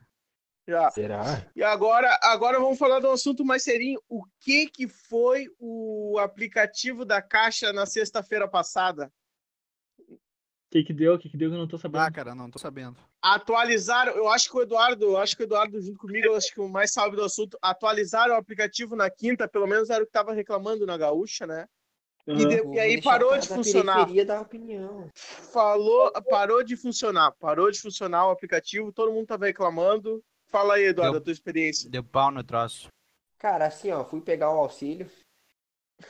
S2: Já.
S4: Será?
S2: E agora, agora vamos falar de um assunto mais serinho. O que que foi o aplicativo da Caixa na sexta-feira passada?
S1: O que que deu? O que que deu que eu não tô sabendo?
S3: Ah, cara, não tô sabendo.
S2: Atualizaram, eu acho que o Eduardo, eu acho que o Eduardo junto comigo, eu acho que o mais sabe do assunto, atualizaram o aplicativo na quinta, pelo menos era o que tava reclamando na Gaúcha, né? E,
S1: Aham.
S2: de- e aí parou de funcionar.
S4: tá periferia da opinião.
S2: falou, parou de funcionar, parou de funcionar o aplicativo, todo mundo tava reclamando. Fala aí, Eduardo,
S3: Deu.
S2: a tua experiência.
S3: Deu pau no troço.
S4: Cara, assim, ó, fui pegar o auxílio.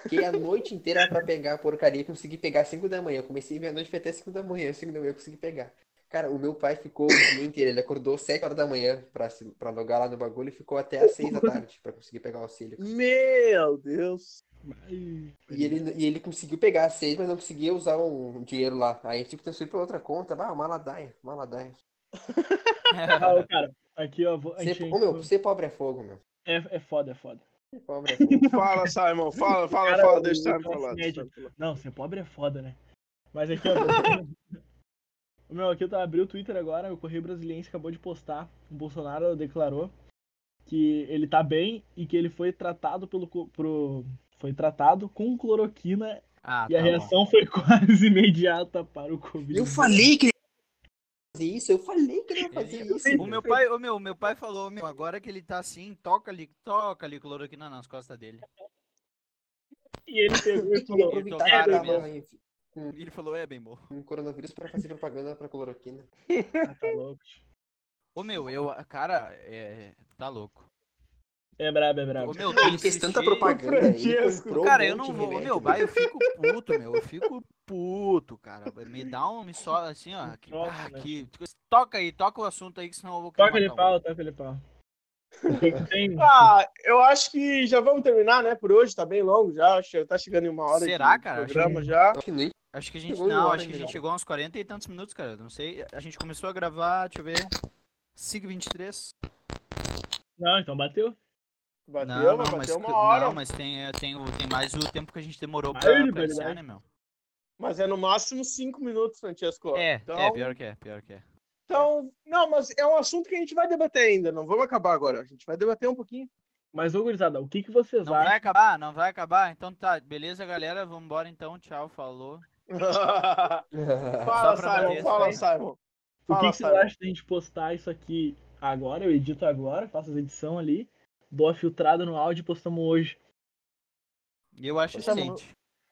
S4: Fiquei a noite inteira pra pegar a porcaria. Consegui pegar às 5 da manhã. Comecei a meia-noite, foi até 5 da manhã. 5 da manhã eu consegui pegar. Cara, o meu pai ficou o dia inteiro. Ele acordou 7 horas da manhã pra, se- pra logar lá no bagulho e ficou até às 6 da tarde pra conseguir pegar o auxílio.
S2: Meu Deus.
S1: Mas-
S4: E ele, e ele conseguiu pegar às 6, mas não conseguia usar o dinheiro lá. Aí tipo, transferiu pra outra conta. Ah, uma ladaia, uma ladaia.
S1: Ah, ô, cara, aqui, ó. vou- a
S4: Ser,
S1: gente-
S4: ô, meu, ser pobre é fogo, meu.
S1: é, é foda, é foda.
S4: Ser pobre é fogo.
S2: Fala, Simon. Fala, fala,
S1: Cara,
S3: é
S2: fala.
S1: o
S2: Deixa o Simon
S1: classe
S2: falar.
S1: média.
S2: deixa o Simon falar.
S1: Não, ser pobre é foda, né? Mas aqui, ó. o meu, aqui eu tava abrindo o Twitter agora, o Correio Brasiliense acabou de postar. O Bolsonaro declarou que ele tá bem e que ele foi tratado pelo. co- Pro, foi tratado com cloroquina
S3: Ah,
S1: e a
S3: tá bom.
S1: reação foi quase imediata para o Covid.
S4: Eu falei que ele ia fazer isso, eu falei que ele ia fazer isso.
S3: é assim, O meu pai, o meu, meu pai falou, meu, agora que ele tá assim, toca ali, toca ali cloroquina nas costas dele.
S1: E ele pegou e
S4: Eu ia
S1: falou.
S4: aproveitar que eu
S3: Tomaram
S4: tava
S3: E ele falou, é bem bom.
S4: em Um coronavírus pra fazer propaganda pra cloroquina.
S1: "Ah, tá louco.
S3: Ô meu, eu, cara, é, tá louco.
S1: É brabo, é brabo.
S3: Ô meu,
S4: Ele fez tanta propaganda, ele
S2: Francesco.
S4: comprou um
S3: Cara, eu
S4: monte
S3: não
S4: de
S3: vou,
S4: remédio,
S3: meu, vai, eu fico puto, meu, eu fico puto, cara. Me dá um, me só assim, ó, que,
S1: troço,
S3: ah,
S1: né?
S3: que- toca aí, toca o assunto aí, que senão eu vou
S1: Toca ele
S3: matar um.
S1: pau, toca ele pau. O que que tem?
S2: Ah, eu acho que já vamos terminar, né? Por hoje, tá bem longo já. acho que Tá chegando em uma hora.
S3: Será,
S2: de
S3: cara?
S2: Programa já.
S4: Acho que nem
S3: Acho que a gente
S4: Chegou em
S3: não,
S4: hora
S3: acho que a
S4: ainda,
S3: gente
S4: não.
S3: chegou a uns 40 e tantos minutos, cara. eu Não sei, a gente começou a gravar, deixa eu ver. 5h23.
S1: Não, então bateu.
S2: Bateu,
S3: não,
S2: vai bater
S3: não, mas,
S2: uma hora.
S3: não, mas tem, é, tem, o- tem mais o tempo que a gente demorou pra,
S1: Aí ele
S3: pra
S1: vai
S3: iniciar,
S1: dar.
S3: né, meu?
S2: Mas é no máximo cinco minutos, Francesco.
S3: É,
S2: então,
S3: é, pior que é, pior que é.
S2: Então, não, mas é um assunto que a gente vai debater ainda. Não vamos acabar agora. A gente vai debater um pouquinho.
S1: Mas, ô gurizada, o que, que vocês
S3: Não
S1: acham?
S3: vai acabar, não vai acabar. Então tá, beleza, galera. Vambora então. Tchau, falou.
S4: Tá
S2: Fala,
S3: pra
S2: Simon.
S3: bater,
S2: Fala, Simon.
S1: O que,
S2: Fala,
S1: que vocês
S2: Simon.
S1: acham da gente postar isso aqui agora? Eu edito agora, faço as edição ali, dou a filtrada no áudio e postamos hoje.
S3: E Eu acho o
S2: Tá bom.
S3: seguinte.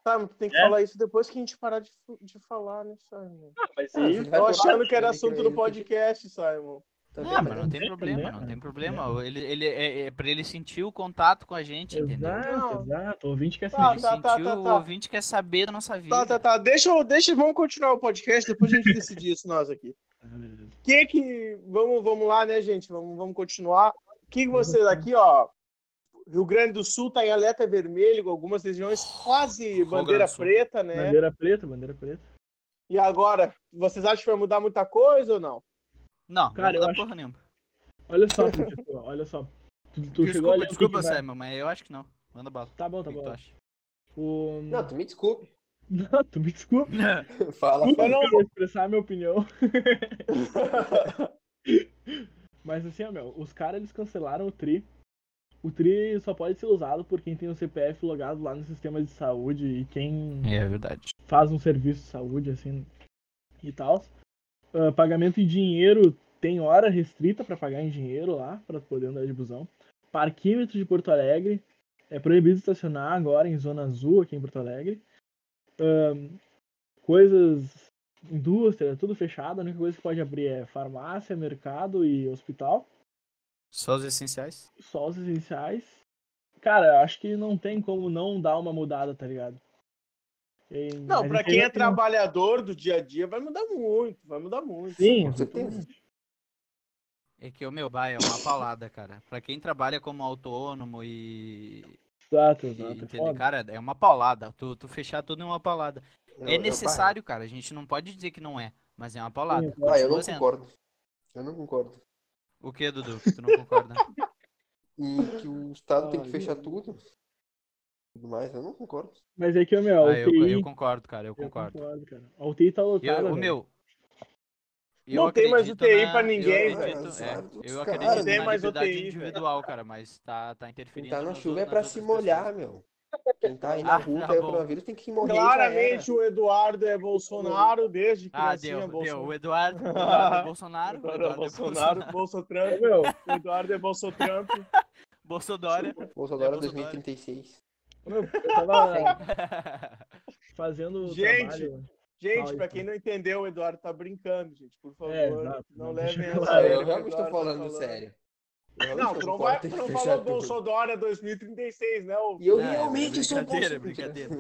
S2: Simon, tu tem que
S1: É?
S2: falar isso depois que a gente parar de, de falar, né, Simon?
S1: Ah, mas
S4: Ah,
S1: aí.
S4: vai
S2: Tô
S4: parar,
S2: achando que era
S4: né, que
S2: assunto
S4: aí
S2: do
S4: ele-
S2: podcast, Simon.
S4: tá
S3: Ah, mas
S4: preparado.
S3: não tem
S1: tem
S3: problema,
S1: problema,
S3: não tem
S1: não tem
S3: problema. Ele, ele, é, é pra ele sentir o contato com a gente, entendeu?
S1: Exato,
S2: Não.
S1: exato. O ouvinte quer
S2: Ah,
S1: saber.
S3: Ele
S2: tá, tá,
S3: sentiu,
S2: tá,
S3: o
S2: tá.
S3: ouvinte quer saber da nossa vida.
S2: Tá, tá, tá. Deixa, eu- deixa, vamos continuar o podcast, depois a gente decide isso nós aqui. Que que... Vamos, vamos lá, né, gente? Vamos, vamos continuar. O que, que vocês aqui, ó... Rio Grande do Sul tá em alerta vermelho, algumas regiões quase
S3: Rio
S2: bandeira
S3: Grande do Sul.
S2: preta, né?
S1: Bandeira preta, bandeira preta.
S2: E agora, vocês acham que vai mudar muita coisa ou não?
S3: Não,
S1: Cara, eu
S3: não dá
S1: acho-
S3: porra nenhuma.
S1: Olha só, Francisco, olha só. Tu, tu chegou
S3: Desculpa,
S1: ali.
S3: desculpa, Simon, mas eu acho que não. Manda bala.
S1: Tá bom,
S3: O
S1: tá
S3: que que
S1: bom.
S3: tu acha?
S1: O...
S4: Não, tu me desculpe.
S1: Não, tu me desculpa.
S4: Fala,
S1: Desculpa
S4: fala.
S1: que eu vou expressar a minha opinião. Mas assim, ó, meu, os caras eles cancelaram o TRI. O TRI só pode ser usado por quem tem o CPF logado lá no sistema de saúde e quem
S3: É verdade.
S1: faz um serviço de saúde, assim, e tal. Ah, pagamento em dinheiro tem hora restrita pra pagar em dinheiro lá, pra poder andar de busão. Parquímetro de Porto Alegre é proibido estacionar agora em zona azul aqui em Porto Alegre. Ahn, coisas, indústria, tudo fechado. A única coisa que pode abrir é farmácia, mercado e hospital.
S3: Só os essenciais?
S1: Só os essenciais. Cara, eu acho que não tem como não dar uma mudada, tá ligado? E-
S2: Não,
S1: a
S2: pra
S1: gente
S2: quem
S1: ainda tem
S2: é
S1: um-
S2: trabalhador do dia a dia, vai mudar muito, vai mudar muito.
S1: Sim,
S4: Com certeza.
S3: É que o meu bai é uma palada, cara. Pra quem trabalha como autônomo e.
S1: Exato,
S3: e
S1: exato. é
S3: entende-
S1: foda.
S3: cara, é uma paulada. Tu, tu fechar tudo é uma paulada.
S4: Eu-
S3: É
S4: eu-
S3: necessário, cara. A gente não pode dizer que não é, mas é uma paulada.
S1: Sim,
S4: Ah, eu não
S3: Continua sendo.
S4: concordo. Eu não concordo.
S3: O que, Dudu? que Tu não concorda?
S4: E que o Estado tem que
S1: Ah,
S4: fechar tudo. Tudo mais, eu não concordo.
S1: Mas é que, ó, meu, a
S3: Ah, eu,
S1: UTI.
S3: eu concordo, cara. Eu
S1: eu
S3: concordo.
S1: é cara. A UTI tá
S3: Eu,
S1: lotada.
S3: o
S1: velho.
S3: meu.
S2: Não tem mais
S3: acredito
S2: UTI pra ninguém,
S3: Eu
S4: velho.
S3: acredito, é,
S4: Sabe,
S3: eu
S4: cara,
S3: acredito
S4: não
S2: tem
S3: na
S2: mais
S3: liberdade
S2: UTI,
S3: individual, cara, mas tá, tá
S4: Quem
S3: interferindo.
S4: tá na
S3: nas
S4: chuva é
S3: outras-
S4: pra
S3: nas
S4: se
S3: outras
S4: molhar, né? meu. Quem tá aí
S3: Ah,
S4: na rua,
S3: tá
S4: caiu o
S3: bom.
S4: coronavírus, tem que morrer. e já
S2: Claramente o Eduardo é Bolsonaro desde que é
S3: Ah,
S2: nascia
S3: deu, deu.
S2: Bolsonaro.
S3: O Eduardo, o Eduardo é Bolsonaro, o Eduardo é Bolsonaro,
S2: Bolsonaro, Bolsonaro,
S1: Ô, meu,
S2: o Eduardo é Bolsonaro.
S3: Bolsonaro.
S4: era. Bolsonaro
S3: É Bolsonaro.
S4: 2036.
S1: ô, meu, eu tava fazendo o
S2: Gente,
S1: trabalho.
S2: Gente,
S1: Fala,
S2: pra
S1: então. quem
S2: quem não entendeu, o Eduardo tá brincando, gente, por favor.
S1: É, exato.
S2: não
S1: Não,
S2: levem
S1: deixa
S2: a
S1: eu
S4: Ah,
S1: falar,
S2: sério.
S4: eu
S2: o que o
S4: realmente tô
S2: Eduardo tá
S4: falando sério. Eu
S2: Não,
S4: sou
S2: tu não,
S4: contra,
S2: vai,
S4: tem
S2: tu
S4: que
S2: não
S4: fechar
S2: falou
S4: tudo.
S2: Bolsonaro 2036, né? ô?
S4: E eu
S3: Ah, é
S4: realmente sou um
S3: brincadeira, é
S4: contra.
S3: brincadeira.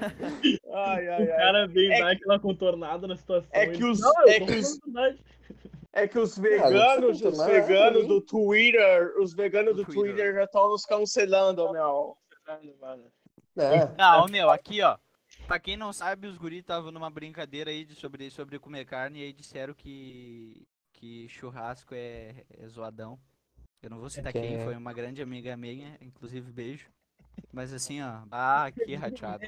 S2: Ai,
S1: O
S2: ai, ai.
S1: cara veio
S2: É
S1: dar aquela contornada na situação.
S2: é que
S1: ele-
S2: os-
S1: Não, eu
S2: é
S1: tô
S2: que
S1: falando
S2: os-
S1: a verdade.
S2: É que os
S4: não
S2: veganos,
S4: precisa
S2: os
S4: tomar,
S2: veganos
S4: né?
S2: do Twitter, os veganos do
S3: Do Twitter.
S2: Twitter já estão nos cancelando, meu.
S4: Não,
S3: Não, Ah, meu, aqui, ó. Pra quem não sabe, os guri estavam numa brincadeira aí de- sobre, sobre comer carne e aí disseram que, que churrasco é, é zoadão. Eu não vou citar
S4: que
S3: quem,
S4: é-
S3: foi uma grande amiga minha, inclusive beijo. Mas assim, ó, ah, que rateado.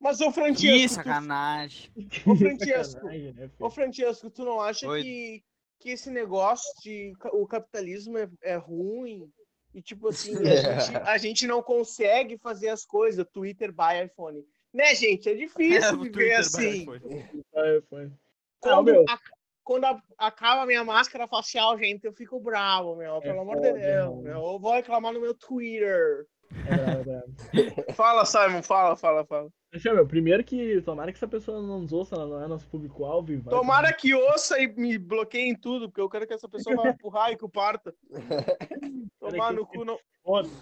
S2: Mas ô
S3: Que
S2: Francesco, tu,
S3: sacanagem.
S2: ô, Francesco,
S1: Sacanagem, né, filho?
S2: ô Francesco, tu não acha
S3: Oi.
S2: que, que esse negócio de ca- o capitalismo é, é ruim? E tipo assim, a,
S4: É.
S2: gente, a gente não consegue fazer as coisas, Twitter buy iPhone. Né, gente? É difícil
S3: É, o
S2: viver
S3: Twitter,
S2: assim.
S3: vai, foi.
S1: Ah, foi. Ah,
S2: Quando,
S1: meu.
S2: a- quando a- acaba a minha máscara facial, gente, eu fico bravo, meu. Pelo amor de
S1: É foda,
S2: Deus,
S1: né?
S2: meu. Eu vou reclamar no meu Twitter.
S1: É, é, é.
S2: Fala, Simon, fala, fala, fala.
S1: Deixa eu ver, primeiro que tomara que essa pessoa não nos ouça, ela não é nosso público-alvo. e vai-
S2: Tomara que ouça e me bloqueie em tudo, porque eu quero que essa pessoa vá pro raio que o parta. Tomar no cu não.
S1: Foda-se.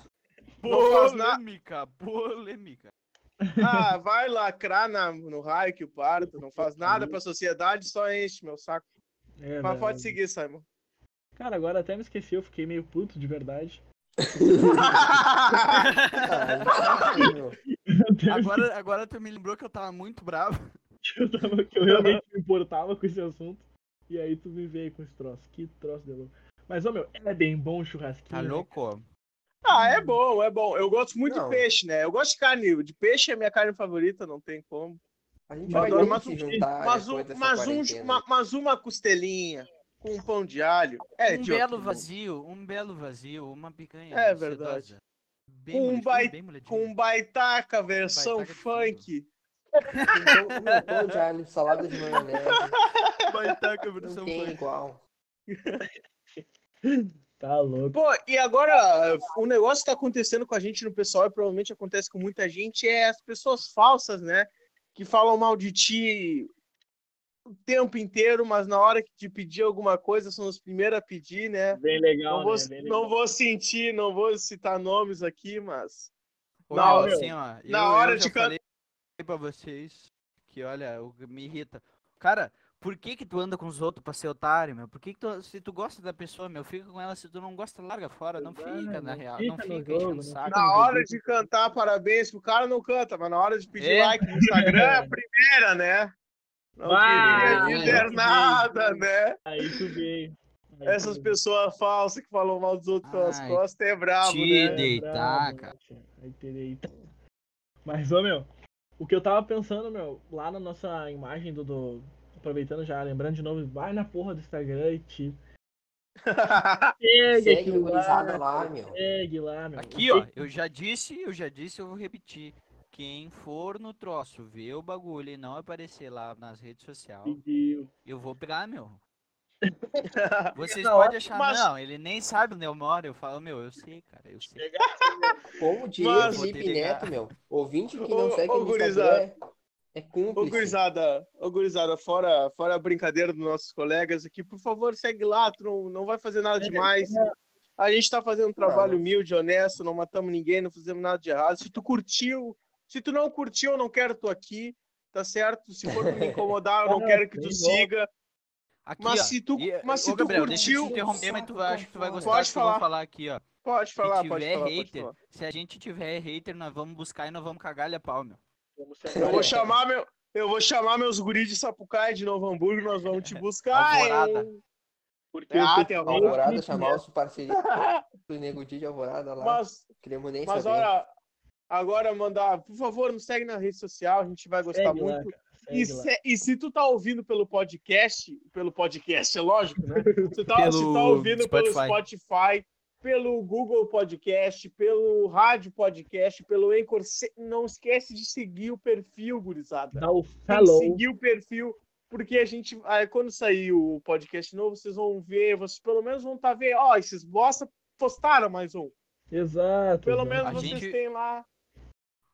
S2: Não faz nada.
S3: Polêmica, polêmica.
S2: Ah, vai lacrar na- no raio que o parta. Não faz nada
S1: Uhum.
S2: pra sociedade, só enche meu saco.
S1: É,
S2: Mas
S1: né?
S2: pode seguir, Simon.
S1: Cara, agora até me esqueci, eu fiquei meio puto de verdade.
S4: Ah, não.
S3: Agora, agora tu me lembrou que eu tava muito bravo.
S1: eu, tava, que eu realmente me importava com esse assunto. E aí tu me veio com esse troço. Que troço de louco. Mas, ô meu, é bem bom o churrasquinho.
S3: Tá
S1: né?
S3: louco?
S2: Ah, é bom, é bom. Eu gosto muito
S4: Não.
S2: de peixe, né? Eu gosto de carne. De peixe é minha carne favorita, não tem como.
S4: A gente
S1: Mas
S4: vai
S1: agora
S4: ter
S2: mas
S4: que
S2: um-
S4: juntar
S2: Mas,
S4: Ah, depois
S2: um,
S4: dessa
S2: mas, um,
S4: quarentena.
S2: ma- mas uma costelinha com um pão de alho. É,
S3: um
S2: de outro
S3: belo
S2: mundo.
S3: vazio, um belo vazio, uma picanha.
S2: É verdade.
S3: sedosa. Bem
S2: Com um
S3: molhadinha,
S2: bai-
S3: bem molhadinha.
S2: Com baitaca, versão
S3: Baitaca de
S2: funk.
S4: Então, meu pão de alho, salada de maionese,
S2: um
S3: Baitaca
S4: não
S3: versão
S4: tem
S3: funk.
S4: igual.
S1: Tá louco.
S2: Pô, e agora, o negócio que tá acontecendo com a gente no pessoal, e provavelmente acontece com muita gente, é as pessoas falsas, né? Que falam mal de ti o tempo inteiro, mas na hora que te pedir alguma coisa, são os primeiros a pedir, né?
S1: Bem legal,
S2: Não vou,
S1: né? Bem legal.
S2: não vou sentir, não vou citar nomes aqui, mas.
S3: Ô,
S2: Na
S3: meu,
S2: hora-
S3: assim, ó, eu,
S2: na hora
S3: eu já
S2: de can-
S3: falei pra vocês que, olha, o que me irrita. Cara, por que que tu anda com os outros pra ser otário, meu? Por que que tu, se tu gosta da pessoa, meu, fica com ela, se tu não gosta, larga fora, não
S1: Exato,
S3: fica, na
S1: não
S3: real,
S1: fica
S3: não
S1: no
S3: fica
S1: jogo, né?
S3: enchendo
S1: não
S3: o saco.
S1: fica no
S2: Na hora de cantar parabéns pro cara não canta, mas na hora de pedir
S3: É.
S2: like no Instagram é a primeira, né? Não
S1: Ah,
S2: queria
S4: eu
S2: dizer
S1: vi.
S2: nada, né?
S1: Aí tu veio. Aí
S2: Essas
S1: tu veio.
S2: pessoas falsas que falam mal dos outros pelas
S3: Ai,
S2: costas é brabo,
S3: te
S2: né?
S3: deitar,
S1: brabo, né,
S3: cara.
S1: tia? Aí te deita. Mas, ô meu, o que eu tava pensando, meu, lá na nossa imagem do. do- Aproveitando já, lembrando de novo, vai na porra do Instagram e te. Segue,
S4: Segue
S1: aquilo
S4: o gurizada
S1: lá.
S4: lá, meu.
S1: Segue lá, meu.
S3: Aqui, ó, eu já disse, eu já disse, eu vou repetir. Quem for no troço ver o bagulho e não aparecer lá nas redes sociais,
S1: Pediu.
S3: eu vou pegar, meu. Vocês
S1: Na
S3: podem achar,
S2: é mas-
S3: não, ele nem sabe onde eu moro. Eu falo, meu, eu sei, cara, eu sei.
S4: Como diria o
S2: Mas-
S4: Felipe
S3: Vou
S4: Neto,
S3: delegar.
S4: meu. Ouvinte que
S2: Ô,
S4: não segue
S2: ô,
S4: no
S2: gurizada.
S4: Instagram é, é
S2: Ô,
S4: cúmplice.
S2: gurizada, ô, gurizada, fora, fora a brincadeira dos nossos colegas aqui, por favor, segue lá, tu não, não vai fazer
S3: É,
S2: nada demais. A gente tá fazendo um trabalho humilde, honesto, não matamos ninguém, não fizemos nada de errado. Se tu curtiu, se tu não curtiu, eu não quero tu aqui, tá certo? Se for pra me incomodar, eu não
S1: Não,
S2: quero que tu
S1: tem
S2: siga.
S3: Aqui,
S2: Mas
S3: ó,
S2: se tu,
S3: e-
S2: mas
S3: ô,
S2: se tu
S3: Gabriel, deixa eu te
S2: curtiu,
S3: interromper, mas tu acho que tu vai gostar
S2: Pode
S3: do que eu vou
S2: falar.
S3: falar aqui, ó.
S2: pode
S3: Se
S2: falar, pode
S3: tiver
S2: falar, pode
S3: hater,
S2: falar.
S3: se a gente tiver hater, nós vamos buscar e nós vamos cagar-lhe a pau, meu.
S1: Vamos ser-
S2: Eu vou chamar meu, eu vou chamar meus guris de Sapucaia de Novo Hamburgo, nós vamos te buscar.
S3: Alvorada.
S2: hein?
S1: Porque
S3: é
S2: Ah,
S1: eu
S2: tem
S1: tô-
S4: Alvorada, chamar os parceiros do Nego Di de Alvorada lá.
S2: Mas
S4: Queremos nem
S2: Mas
S4: saber.
S2: olha, agora mandar, por favor, nos segue na rede social, a gente vai gostar
S1: Segue lá,
S2: muito.
S1: cara,
S2: e,
S1: segue lá.
S2: se, e se tu tá ouvindo pelo podcast, pelo podcast, é lógico, né? Se tá,
S3: Pelo
S2: se tá ouvindo pelo
S3: Spotify.
S2: Spotify, pelo Google Podcast, pelo Rádio Podcast, pelo Anchor, se- não esquece de seguir o perfil, gurizada.
S1: Dá um o
S2: Tem que
S1: hello.
S2: seguir o perfil, porque a gente, aí quando sair o podcast novo, vocês vão ver, vocês pelo menos vão estar tá vendo, ó, esses bosta postaram mais um.
S1: Exato.
S2: Pelo
S1: exato.
S2: menos
S3: A
S2: vocês
S3: gente-
S2: têm lá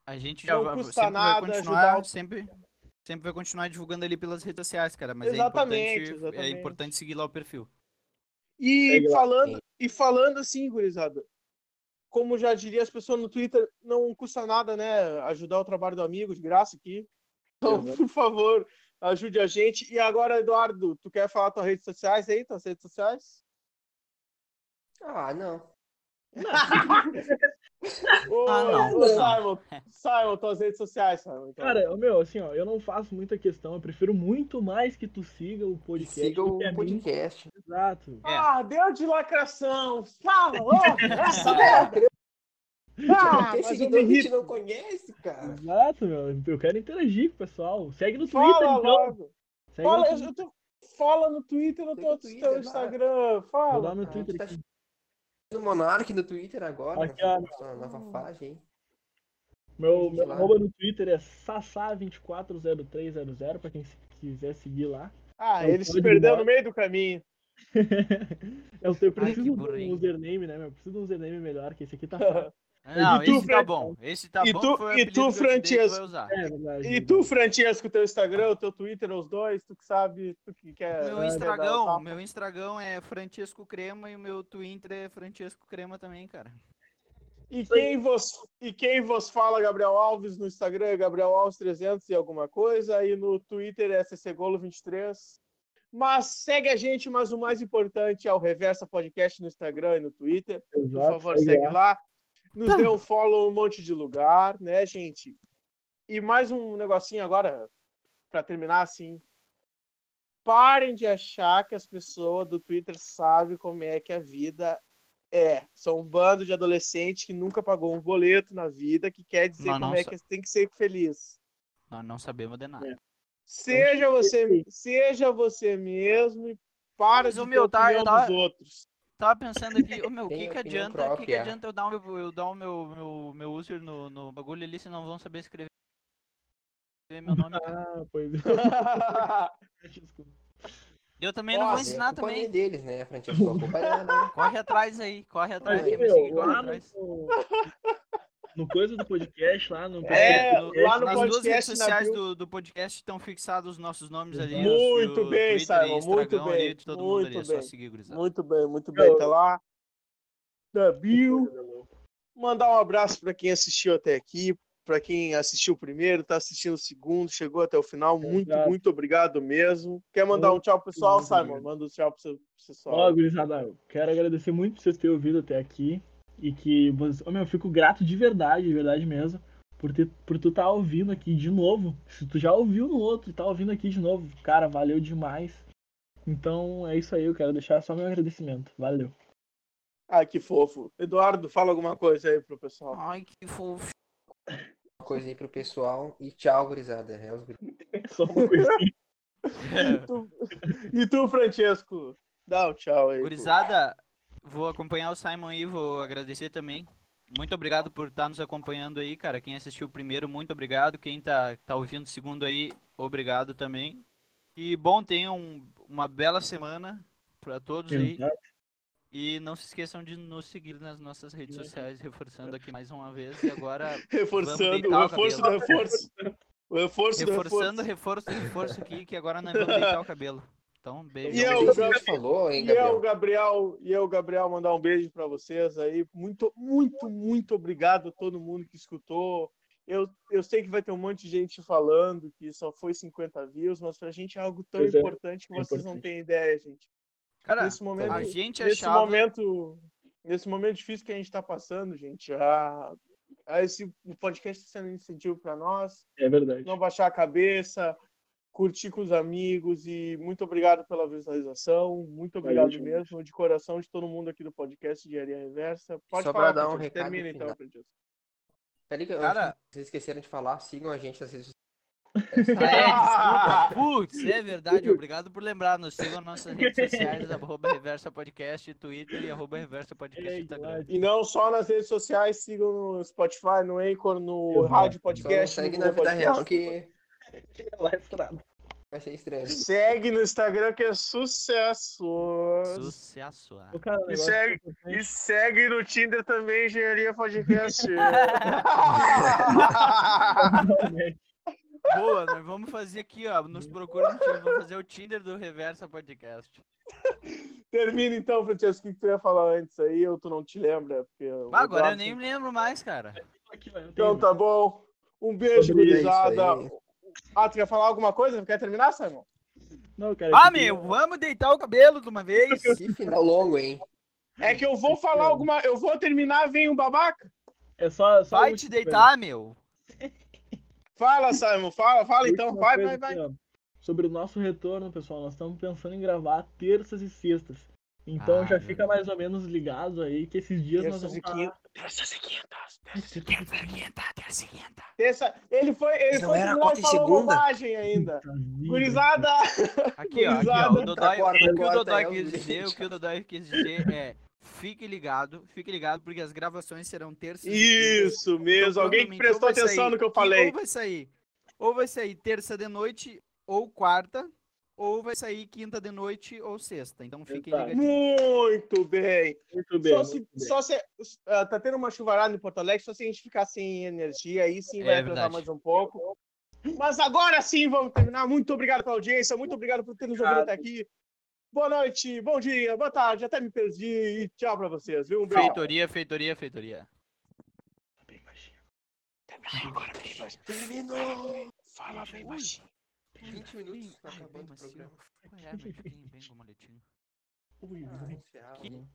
S3: A gente já
S2: Não
S3: vai,
S2: custa
S3: sempre vai
S2: nada ajudar o-
S3: continuar, sempre, sempre vai continuar divulgando ali pelas redes sociais, cara. Mas é
S2: Exatamente,
S3: importante, é
S2: exatamente.
S3: importante seguir lá o perfil.
S2: E
S1: Segue lá,
S2: falando,
S4: sim.
S2: e falando assim, gurizada, como já diria as pessoas no Twitter, não custa nada, né, ajudar o trabalho do amigo de graça aqui. Então, por favor, ajude a gente. E agora, Eduardo, tu quer falar tuas redes sociais aí, tuas redes sociais?
S4: Ah, não.
S2: Ô,
S3: Ah, não.
S2: ô, Simon,
S4: É.
S2: Simon, tuas redes sociais, Simon. então.
S1: Cara, ô, meu, assim, ó, eu não faço muita questão. Eu prefiro muito mais que tu siga o podcast.
S4: Siga
S1: do
S4: o
S1: que a mim.
S4: podcast.
S1: Exato.
S3: É.
S2: Ah, deu de lacração! Fala, ó, essa
S4: Ah,
S2: merda! Ah,
S4: Tem
S2: mas eu
S4: seguidor
S2: me
S4: que a gente
S2: irrito.
S4: não conhece, cara.
S1: Exato, meu. Eu quero interagir com o pessoal. Segue no Twitter,
S2: Fala
S1: então.
S2: logo!
S1: Segue
S2: Fala,
S1: no
S2: eu,
S1: Twitter.
S2: eu tô, fala no Twitter, no
S4: Tem
S2: teu
S4: no Twitter,
S2: teu Instagram,
S1: Vou
S2: fala.
S1: dar meu
S4: Ah,
S1: Twitter
S4: tu tá
S1: aqui.
S4: do Monark no Twitter agora.
S1: Aqui, ó.
S4: Nossa, nova fase, hein?
S1: Meu, meu
S4: Sei lá.
S1: arroba no Twitter é sassá240300, pra quem se- quiser seguir lá.
S2: Ah,
S1: Eu
S2: ele se
S1: tô de
S2: perdeu
S1: boa.
S2: no meio do caminho.
S1: Eu, eu
S3: Ai, que
S1: preciso de um
S3: burrinho.
S1: username, né, meu? Eu preciso de um username melhor, que esse aqui tá fraco.
S3: Não,
S2: E tu,
S3: esse tá
S2: Fran-
S3: bom. Esse tá
S2: e
S3: bom.
S2: tu-
S3: foi o
S2: e
S3: apelido
S2: tu,
S3: que eu te dei, tu vai
S2: Francesco?
S3: usar.
S1: É verdade.
S2: E tu, Francesco, teu Instagram, o teu Twitter, os dois, tu que sabe, tu que quer.
S3: Meu
S2: quer
S3: Instagram,
S2: dar-
S3: meu Instagram é Francesco Crema e o meu Twitter é Francesco Crema também, cara.
S2: E quem, vos, e quem vos fala, Gabriel Alves, no Instagram é Gabriel Alves 300 e alguma coisa, e no Twitter é CCGolo23. Mas segue a gente, mas o mais importante é o Reversa Podcast no Instagram e no Twitter. Por
S1: Exato,
S2: favor, segue lá. Nos
S3: Tá.
S2: dê um follow em um monte de lugar, né, gente? E mais um negocinho agora, pra terminar assim. Parem de achar que as pessoas do Twitter sabem como é que a vida é. São um bando de adolescente que nunca pagou um boleto na vida, que quer dizer
S3: Mas
S2: como
S3: não
S2: é que tem que ser feliz.
S3: Nós não sabemos de
S2: É.
S3: nada.
S2: Seja você, seja você mesmo e para
S3: Mas,
S2: de
S3: ô,
S2: ter
S3: meu, tá-
S2: opinião
S3: tá-
S2: dos outros.
S3: Tava pensando aqui, ô meu, o que
S4: Tem
S3: que
S4: opinião
S3: adianta, o que que
S4: própria.
S3: adianta eu dar o meu, eu dar o meu, meu, meu user no, no bagulho ali se não vão saber escrever meu nome? cara?
S1: Ah, pois é.
S3: Eu também não vou
S2: Nossa,
S3: ensinar
S4: a culpa não
S3: também.
S4: é deles, né, Francesco? A culpa é né?
S3: Corre atrás aí, corre atrás,
S1: Mas,
S3: quem me
S1: meu,
S3: seguir, corre
S1: lá no,
S3: atrás.
S1: no coisa do podcast, lá no
S2: É,
S1: podcast,
S2: lá no
S3: Nas duas redes
S2: podcast, na
S3: sociais
S2: bio-
S3: do, do podcast estão fixados os nossos nomes ali. os-
S2: Muito
S3: o
S2: bem,
S3: Twitter e
S2: Simon,
S3: Instagram
S2: muito
S3: ali,
S2: bem,
S3: de todo mundo
S2: muito
S3: ali, é só
S2: bem.
S3: seguir, gurizada.
S2: Muito bem, muito bem. Tá lá. Da bio. Mandar um abraço para quem assistiu até aqui, para quem assistiu o primeiro, tá assistindo o segundo, chegou até o final. Muito,
S1: Exato.
S2: muito obrigado mesmo. Quer mandar um tchau pro pessoal,
S1: Muito
S2: Simon?
S1: obrigado.
S2: Manda um tchau pro seu- pro
S1: Ó,
S2: pessoal.
S1: gurizada, eu quero agradecer muito por vocês terem ouvido até aqui. E que, vocês- ô, meu, eu fico grato de verdade, de verdade mesmo, por, ter, por tu tá ouvindo aqui de novo. Se tu já ouviu no outro e tá ouvindo aqui de novo, cara, valeu demais. Então é isso aí, eu quero deixar só meu agradecimento. Valeu.
S2: Ah, que fofo. Eduardo, fala alguma coisa aí pro pessoal.
S3: Ai, que fofo.
S4: Uma coisa aí pro pessoal. E tchau, gurizada. É os guris.
S1: Só uma coisinha.
S2: é. E tu, Francesco? Dá um tchau aí. pô.
S3: Gurizada, vou acompanhar o Simon aí, vou agradecer também. Muito obrigado por estar nos acompanhando aí, cara. Quem assistiu o primeiro, muito obrigado. Quem tá, tá ouvindo o segundo aí, obrigado também. E bom, tenham um- uma bela semana pra todos aí.
S1: tá?
S3: E não se esqueçam de nos seguir nas nossas redes sociais, reforçando aqui mais uma vez. E agora, Vamos
S2: Reforçando,
S3: deitar
S2: o
S3: o
S2: reforço do
S3: cabelo.
S2: reforço. O reforço do
S3: reforçando,
S2: reforço.
S3: reforço, reforço aqui, que agora nós vamos deitar o cabelo. Então, beijo.
S2: E eu,
S4: Tudo que
S2: é
S4: a
S2: Gabriel?
S4: gente falou, hein,
S2: E eu,
S4: Gabriel?
S2: Gabriel, e eu, Gabriel, mandar um beijo para vocês aí. Muito, muito, muito obrigado a todo mundo que escutou. Eu, eu sei que vai ter um monte de gente falando que só foi 50 views, mas pra gente é algo tão
S1: Pois é,
S2: importante que
S1: é
S2: vocês não
S1: importante.
S2: têm ideia, gente.
S3: Cara,
S2: Nesse momento,
S3: a gente é
S2: nesse
S3: achava...
S2: momento, nesse momento difícil que a gente tá passando, gente, a, a esse o podcast tá sendo um incentivo para nós
S1: É verdade.
S2: não baixar a cabeça, curtir com os amigos e muito obrigado pela visualização, muito
S1: Valeu
S2: obrigado
S1: demais.
S2: mesmo, de coração de todo mundo aqui do podcast Diaria Reversa. Pode
S4: Só pra
S2: falar,
S4: dar um
S2: Francesco,
S4: recado
S2: termina
S4: final.
S2: então, Francesco.
S4: Tá ligado?
S3: Cara-
S4: Vocês esqueceram de falar, sigam a gente nas redes sociais.
S3: Ah, É, desculpa. Putz, é verdade. Obrigado por lembrar. Nos sigam nas nossas redes sociais, arroba Reversa Podcast, Twitter e arroba Reversa Podcast
S1: Ei,
S3: Instagram.
S1: Vlad.
S2: E não só nas redes sociais, sigam no Spotify, no Anchor, no
S1: Exato.
S2: Rádio
S4: Só
S2: Podcast.
S4: não segue
S2: no
S4: na
S2: Google
S4: vida
S2: Podcast.
S4: real que vai ser estranho.
S2: Segue no Instagram que é sucesso.
S3: Sucesso.
S1: Ô, cara, o
S2: E
S1: negócio
S2: segue-
S1: que eu tenho-
S2: E segue no Tinder também,
S1: tá né?
S2: Engenharia Podcast.
S3: Boa, nós vamos fazer aqui, ó. Nos procura no Tinder, vamos fazer o Tinder do Reversa Podcast.
S2: Termina então, Francesco, o que tu ia falar antes aí, ou tu não te lembra? Porque eu-
S3: Ah, agora eu nem lembro mais, cara.
S1: Aqui, ó, eu
S2: Então
S1: tenho-
S2: tá bom. Um beijo,
S4: Sobre isso
S2: gurizada.
S4: aí.
S2: Ah, tu quer falar alguma coisa? Quer terminar, Simon? tá.
S1: Não, cara,
S3: Ah,
S1: eu queria-
S3: meu, vamos deitar o cabelo de uma vez.
S4: Que final longo, hein?
S2: É que eu vou falar alguma. Eu vou terminar, vem um babaca.
S1: É só, só
S3: Vai
S1: uma
S3: te
S1: última coisa.
S3: deitar, meu.
S2: Fala, Simon, fala, fala então.
S1: Última
S2: Vai,
S1: coisa
S2: vai, vai.
S1: aqui, ó. Sobre o nosso retorno, pessoal, nós estamos pensando em gravar terças e sextas. Então
S3: Ah,
S1: já
S3: é
S1: fica mais ou menos ligado aí que esses dias
S4: um
S1: nós
S2: Terças e
S1: vamos
S2: quintas.
S4: é
S3: seguinte.
S2: Terça- Ele foi, ele
S4: Não
S2: foi
S4: era
S2: terminar e
S4: quarta e
S2: falou
S4: segunda?
S2: bobagem ainda.
S1: Vida.
S2: Gurizada!
S3: Aqui, ó, aqui, ó. O,
S2: Gurizada.
S3: Dodói,
S4: Corta,
S3: o que o
S4: corta,
S3: Dodói
S4: é o
S3: quis
S4: vídeo.
S3: dizer, o que o Dodói quis dizer é fique ligado, fique ligado, porque as gravações serão terças. e quintas.
S2: Isso mesmo,
S3: Então,
S2: alguém que
S3: provavelmente,
S2: prestou
S3: ou vai
S2: atenção
S3: sair-
S2: no que eu falei.
S3: Ou vai sair. Ou vai sair terça de noite ou quarta, ou vai sair quinta de noite ou sexta. Então fiquem
S1: Exato.
S3: ligadinhos.
S2: Muito bem.
S1: Muito bem.
S2: só
S1: muito
S2: se,
S1: bem.
S2: só se ah, tá tendo uma chuvarada em Porto Alegre, só se a gente ficar sem energia, aí sim
S3: É
S2: vai atrasar
S3: verdade.
S2: mais um pouco. Mas agora sim vamos terminar. Muito obrigado pela audiência, muito obrigado por ter nos ouvido até aqui. Boa noite, bom dia, boa tarde, até me perdi e tchau pra vocês, viu? Um beijo.
S3: Feitoria, feitoria, feitoria.
S1: Bem baixinho.
S2: Agora bem baixinho.
S4: Terminou!
S2: Fala bem baixinho.
S4: 20 minutos, tá acabando o programa.
S3: É, mas bem, bem com o moletim.
S4: Ah, encerrar,
S3: Que-
S4: né?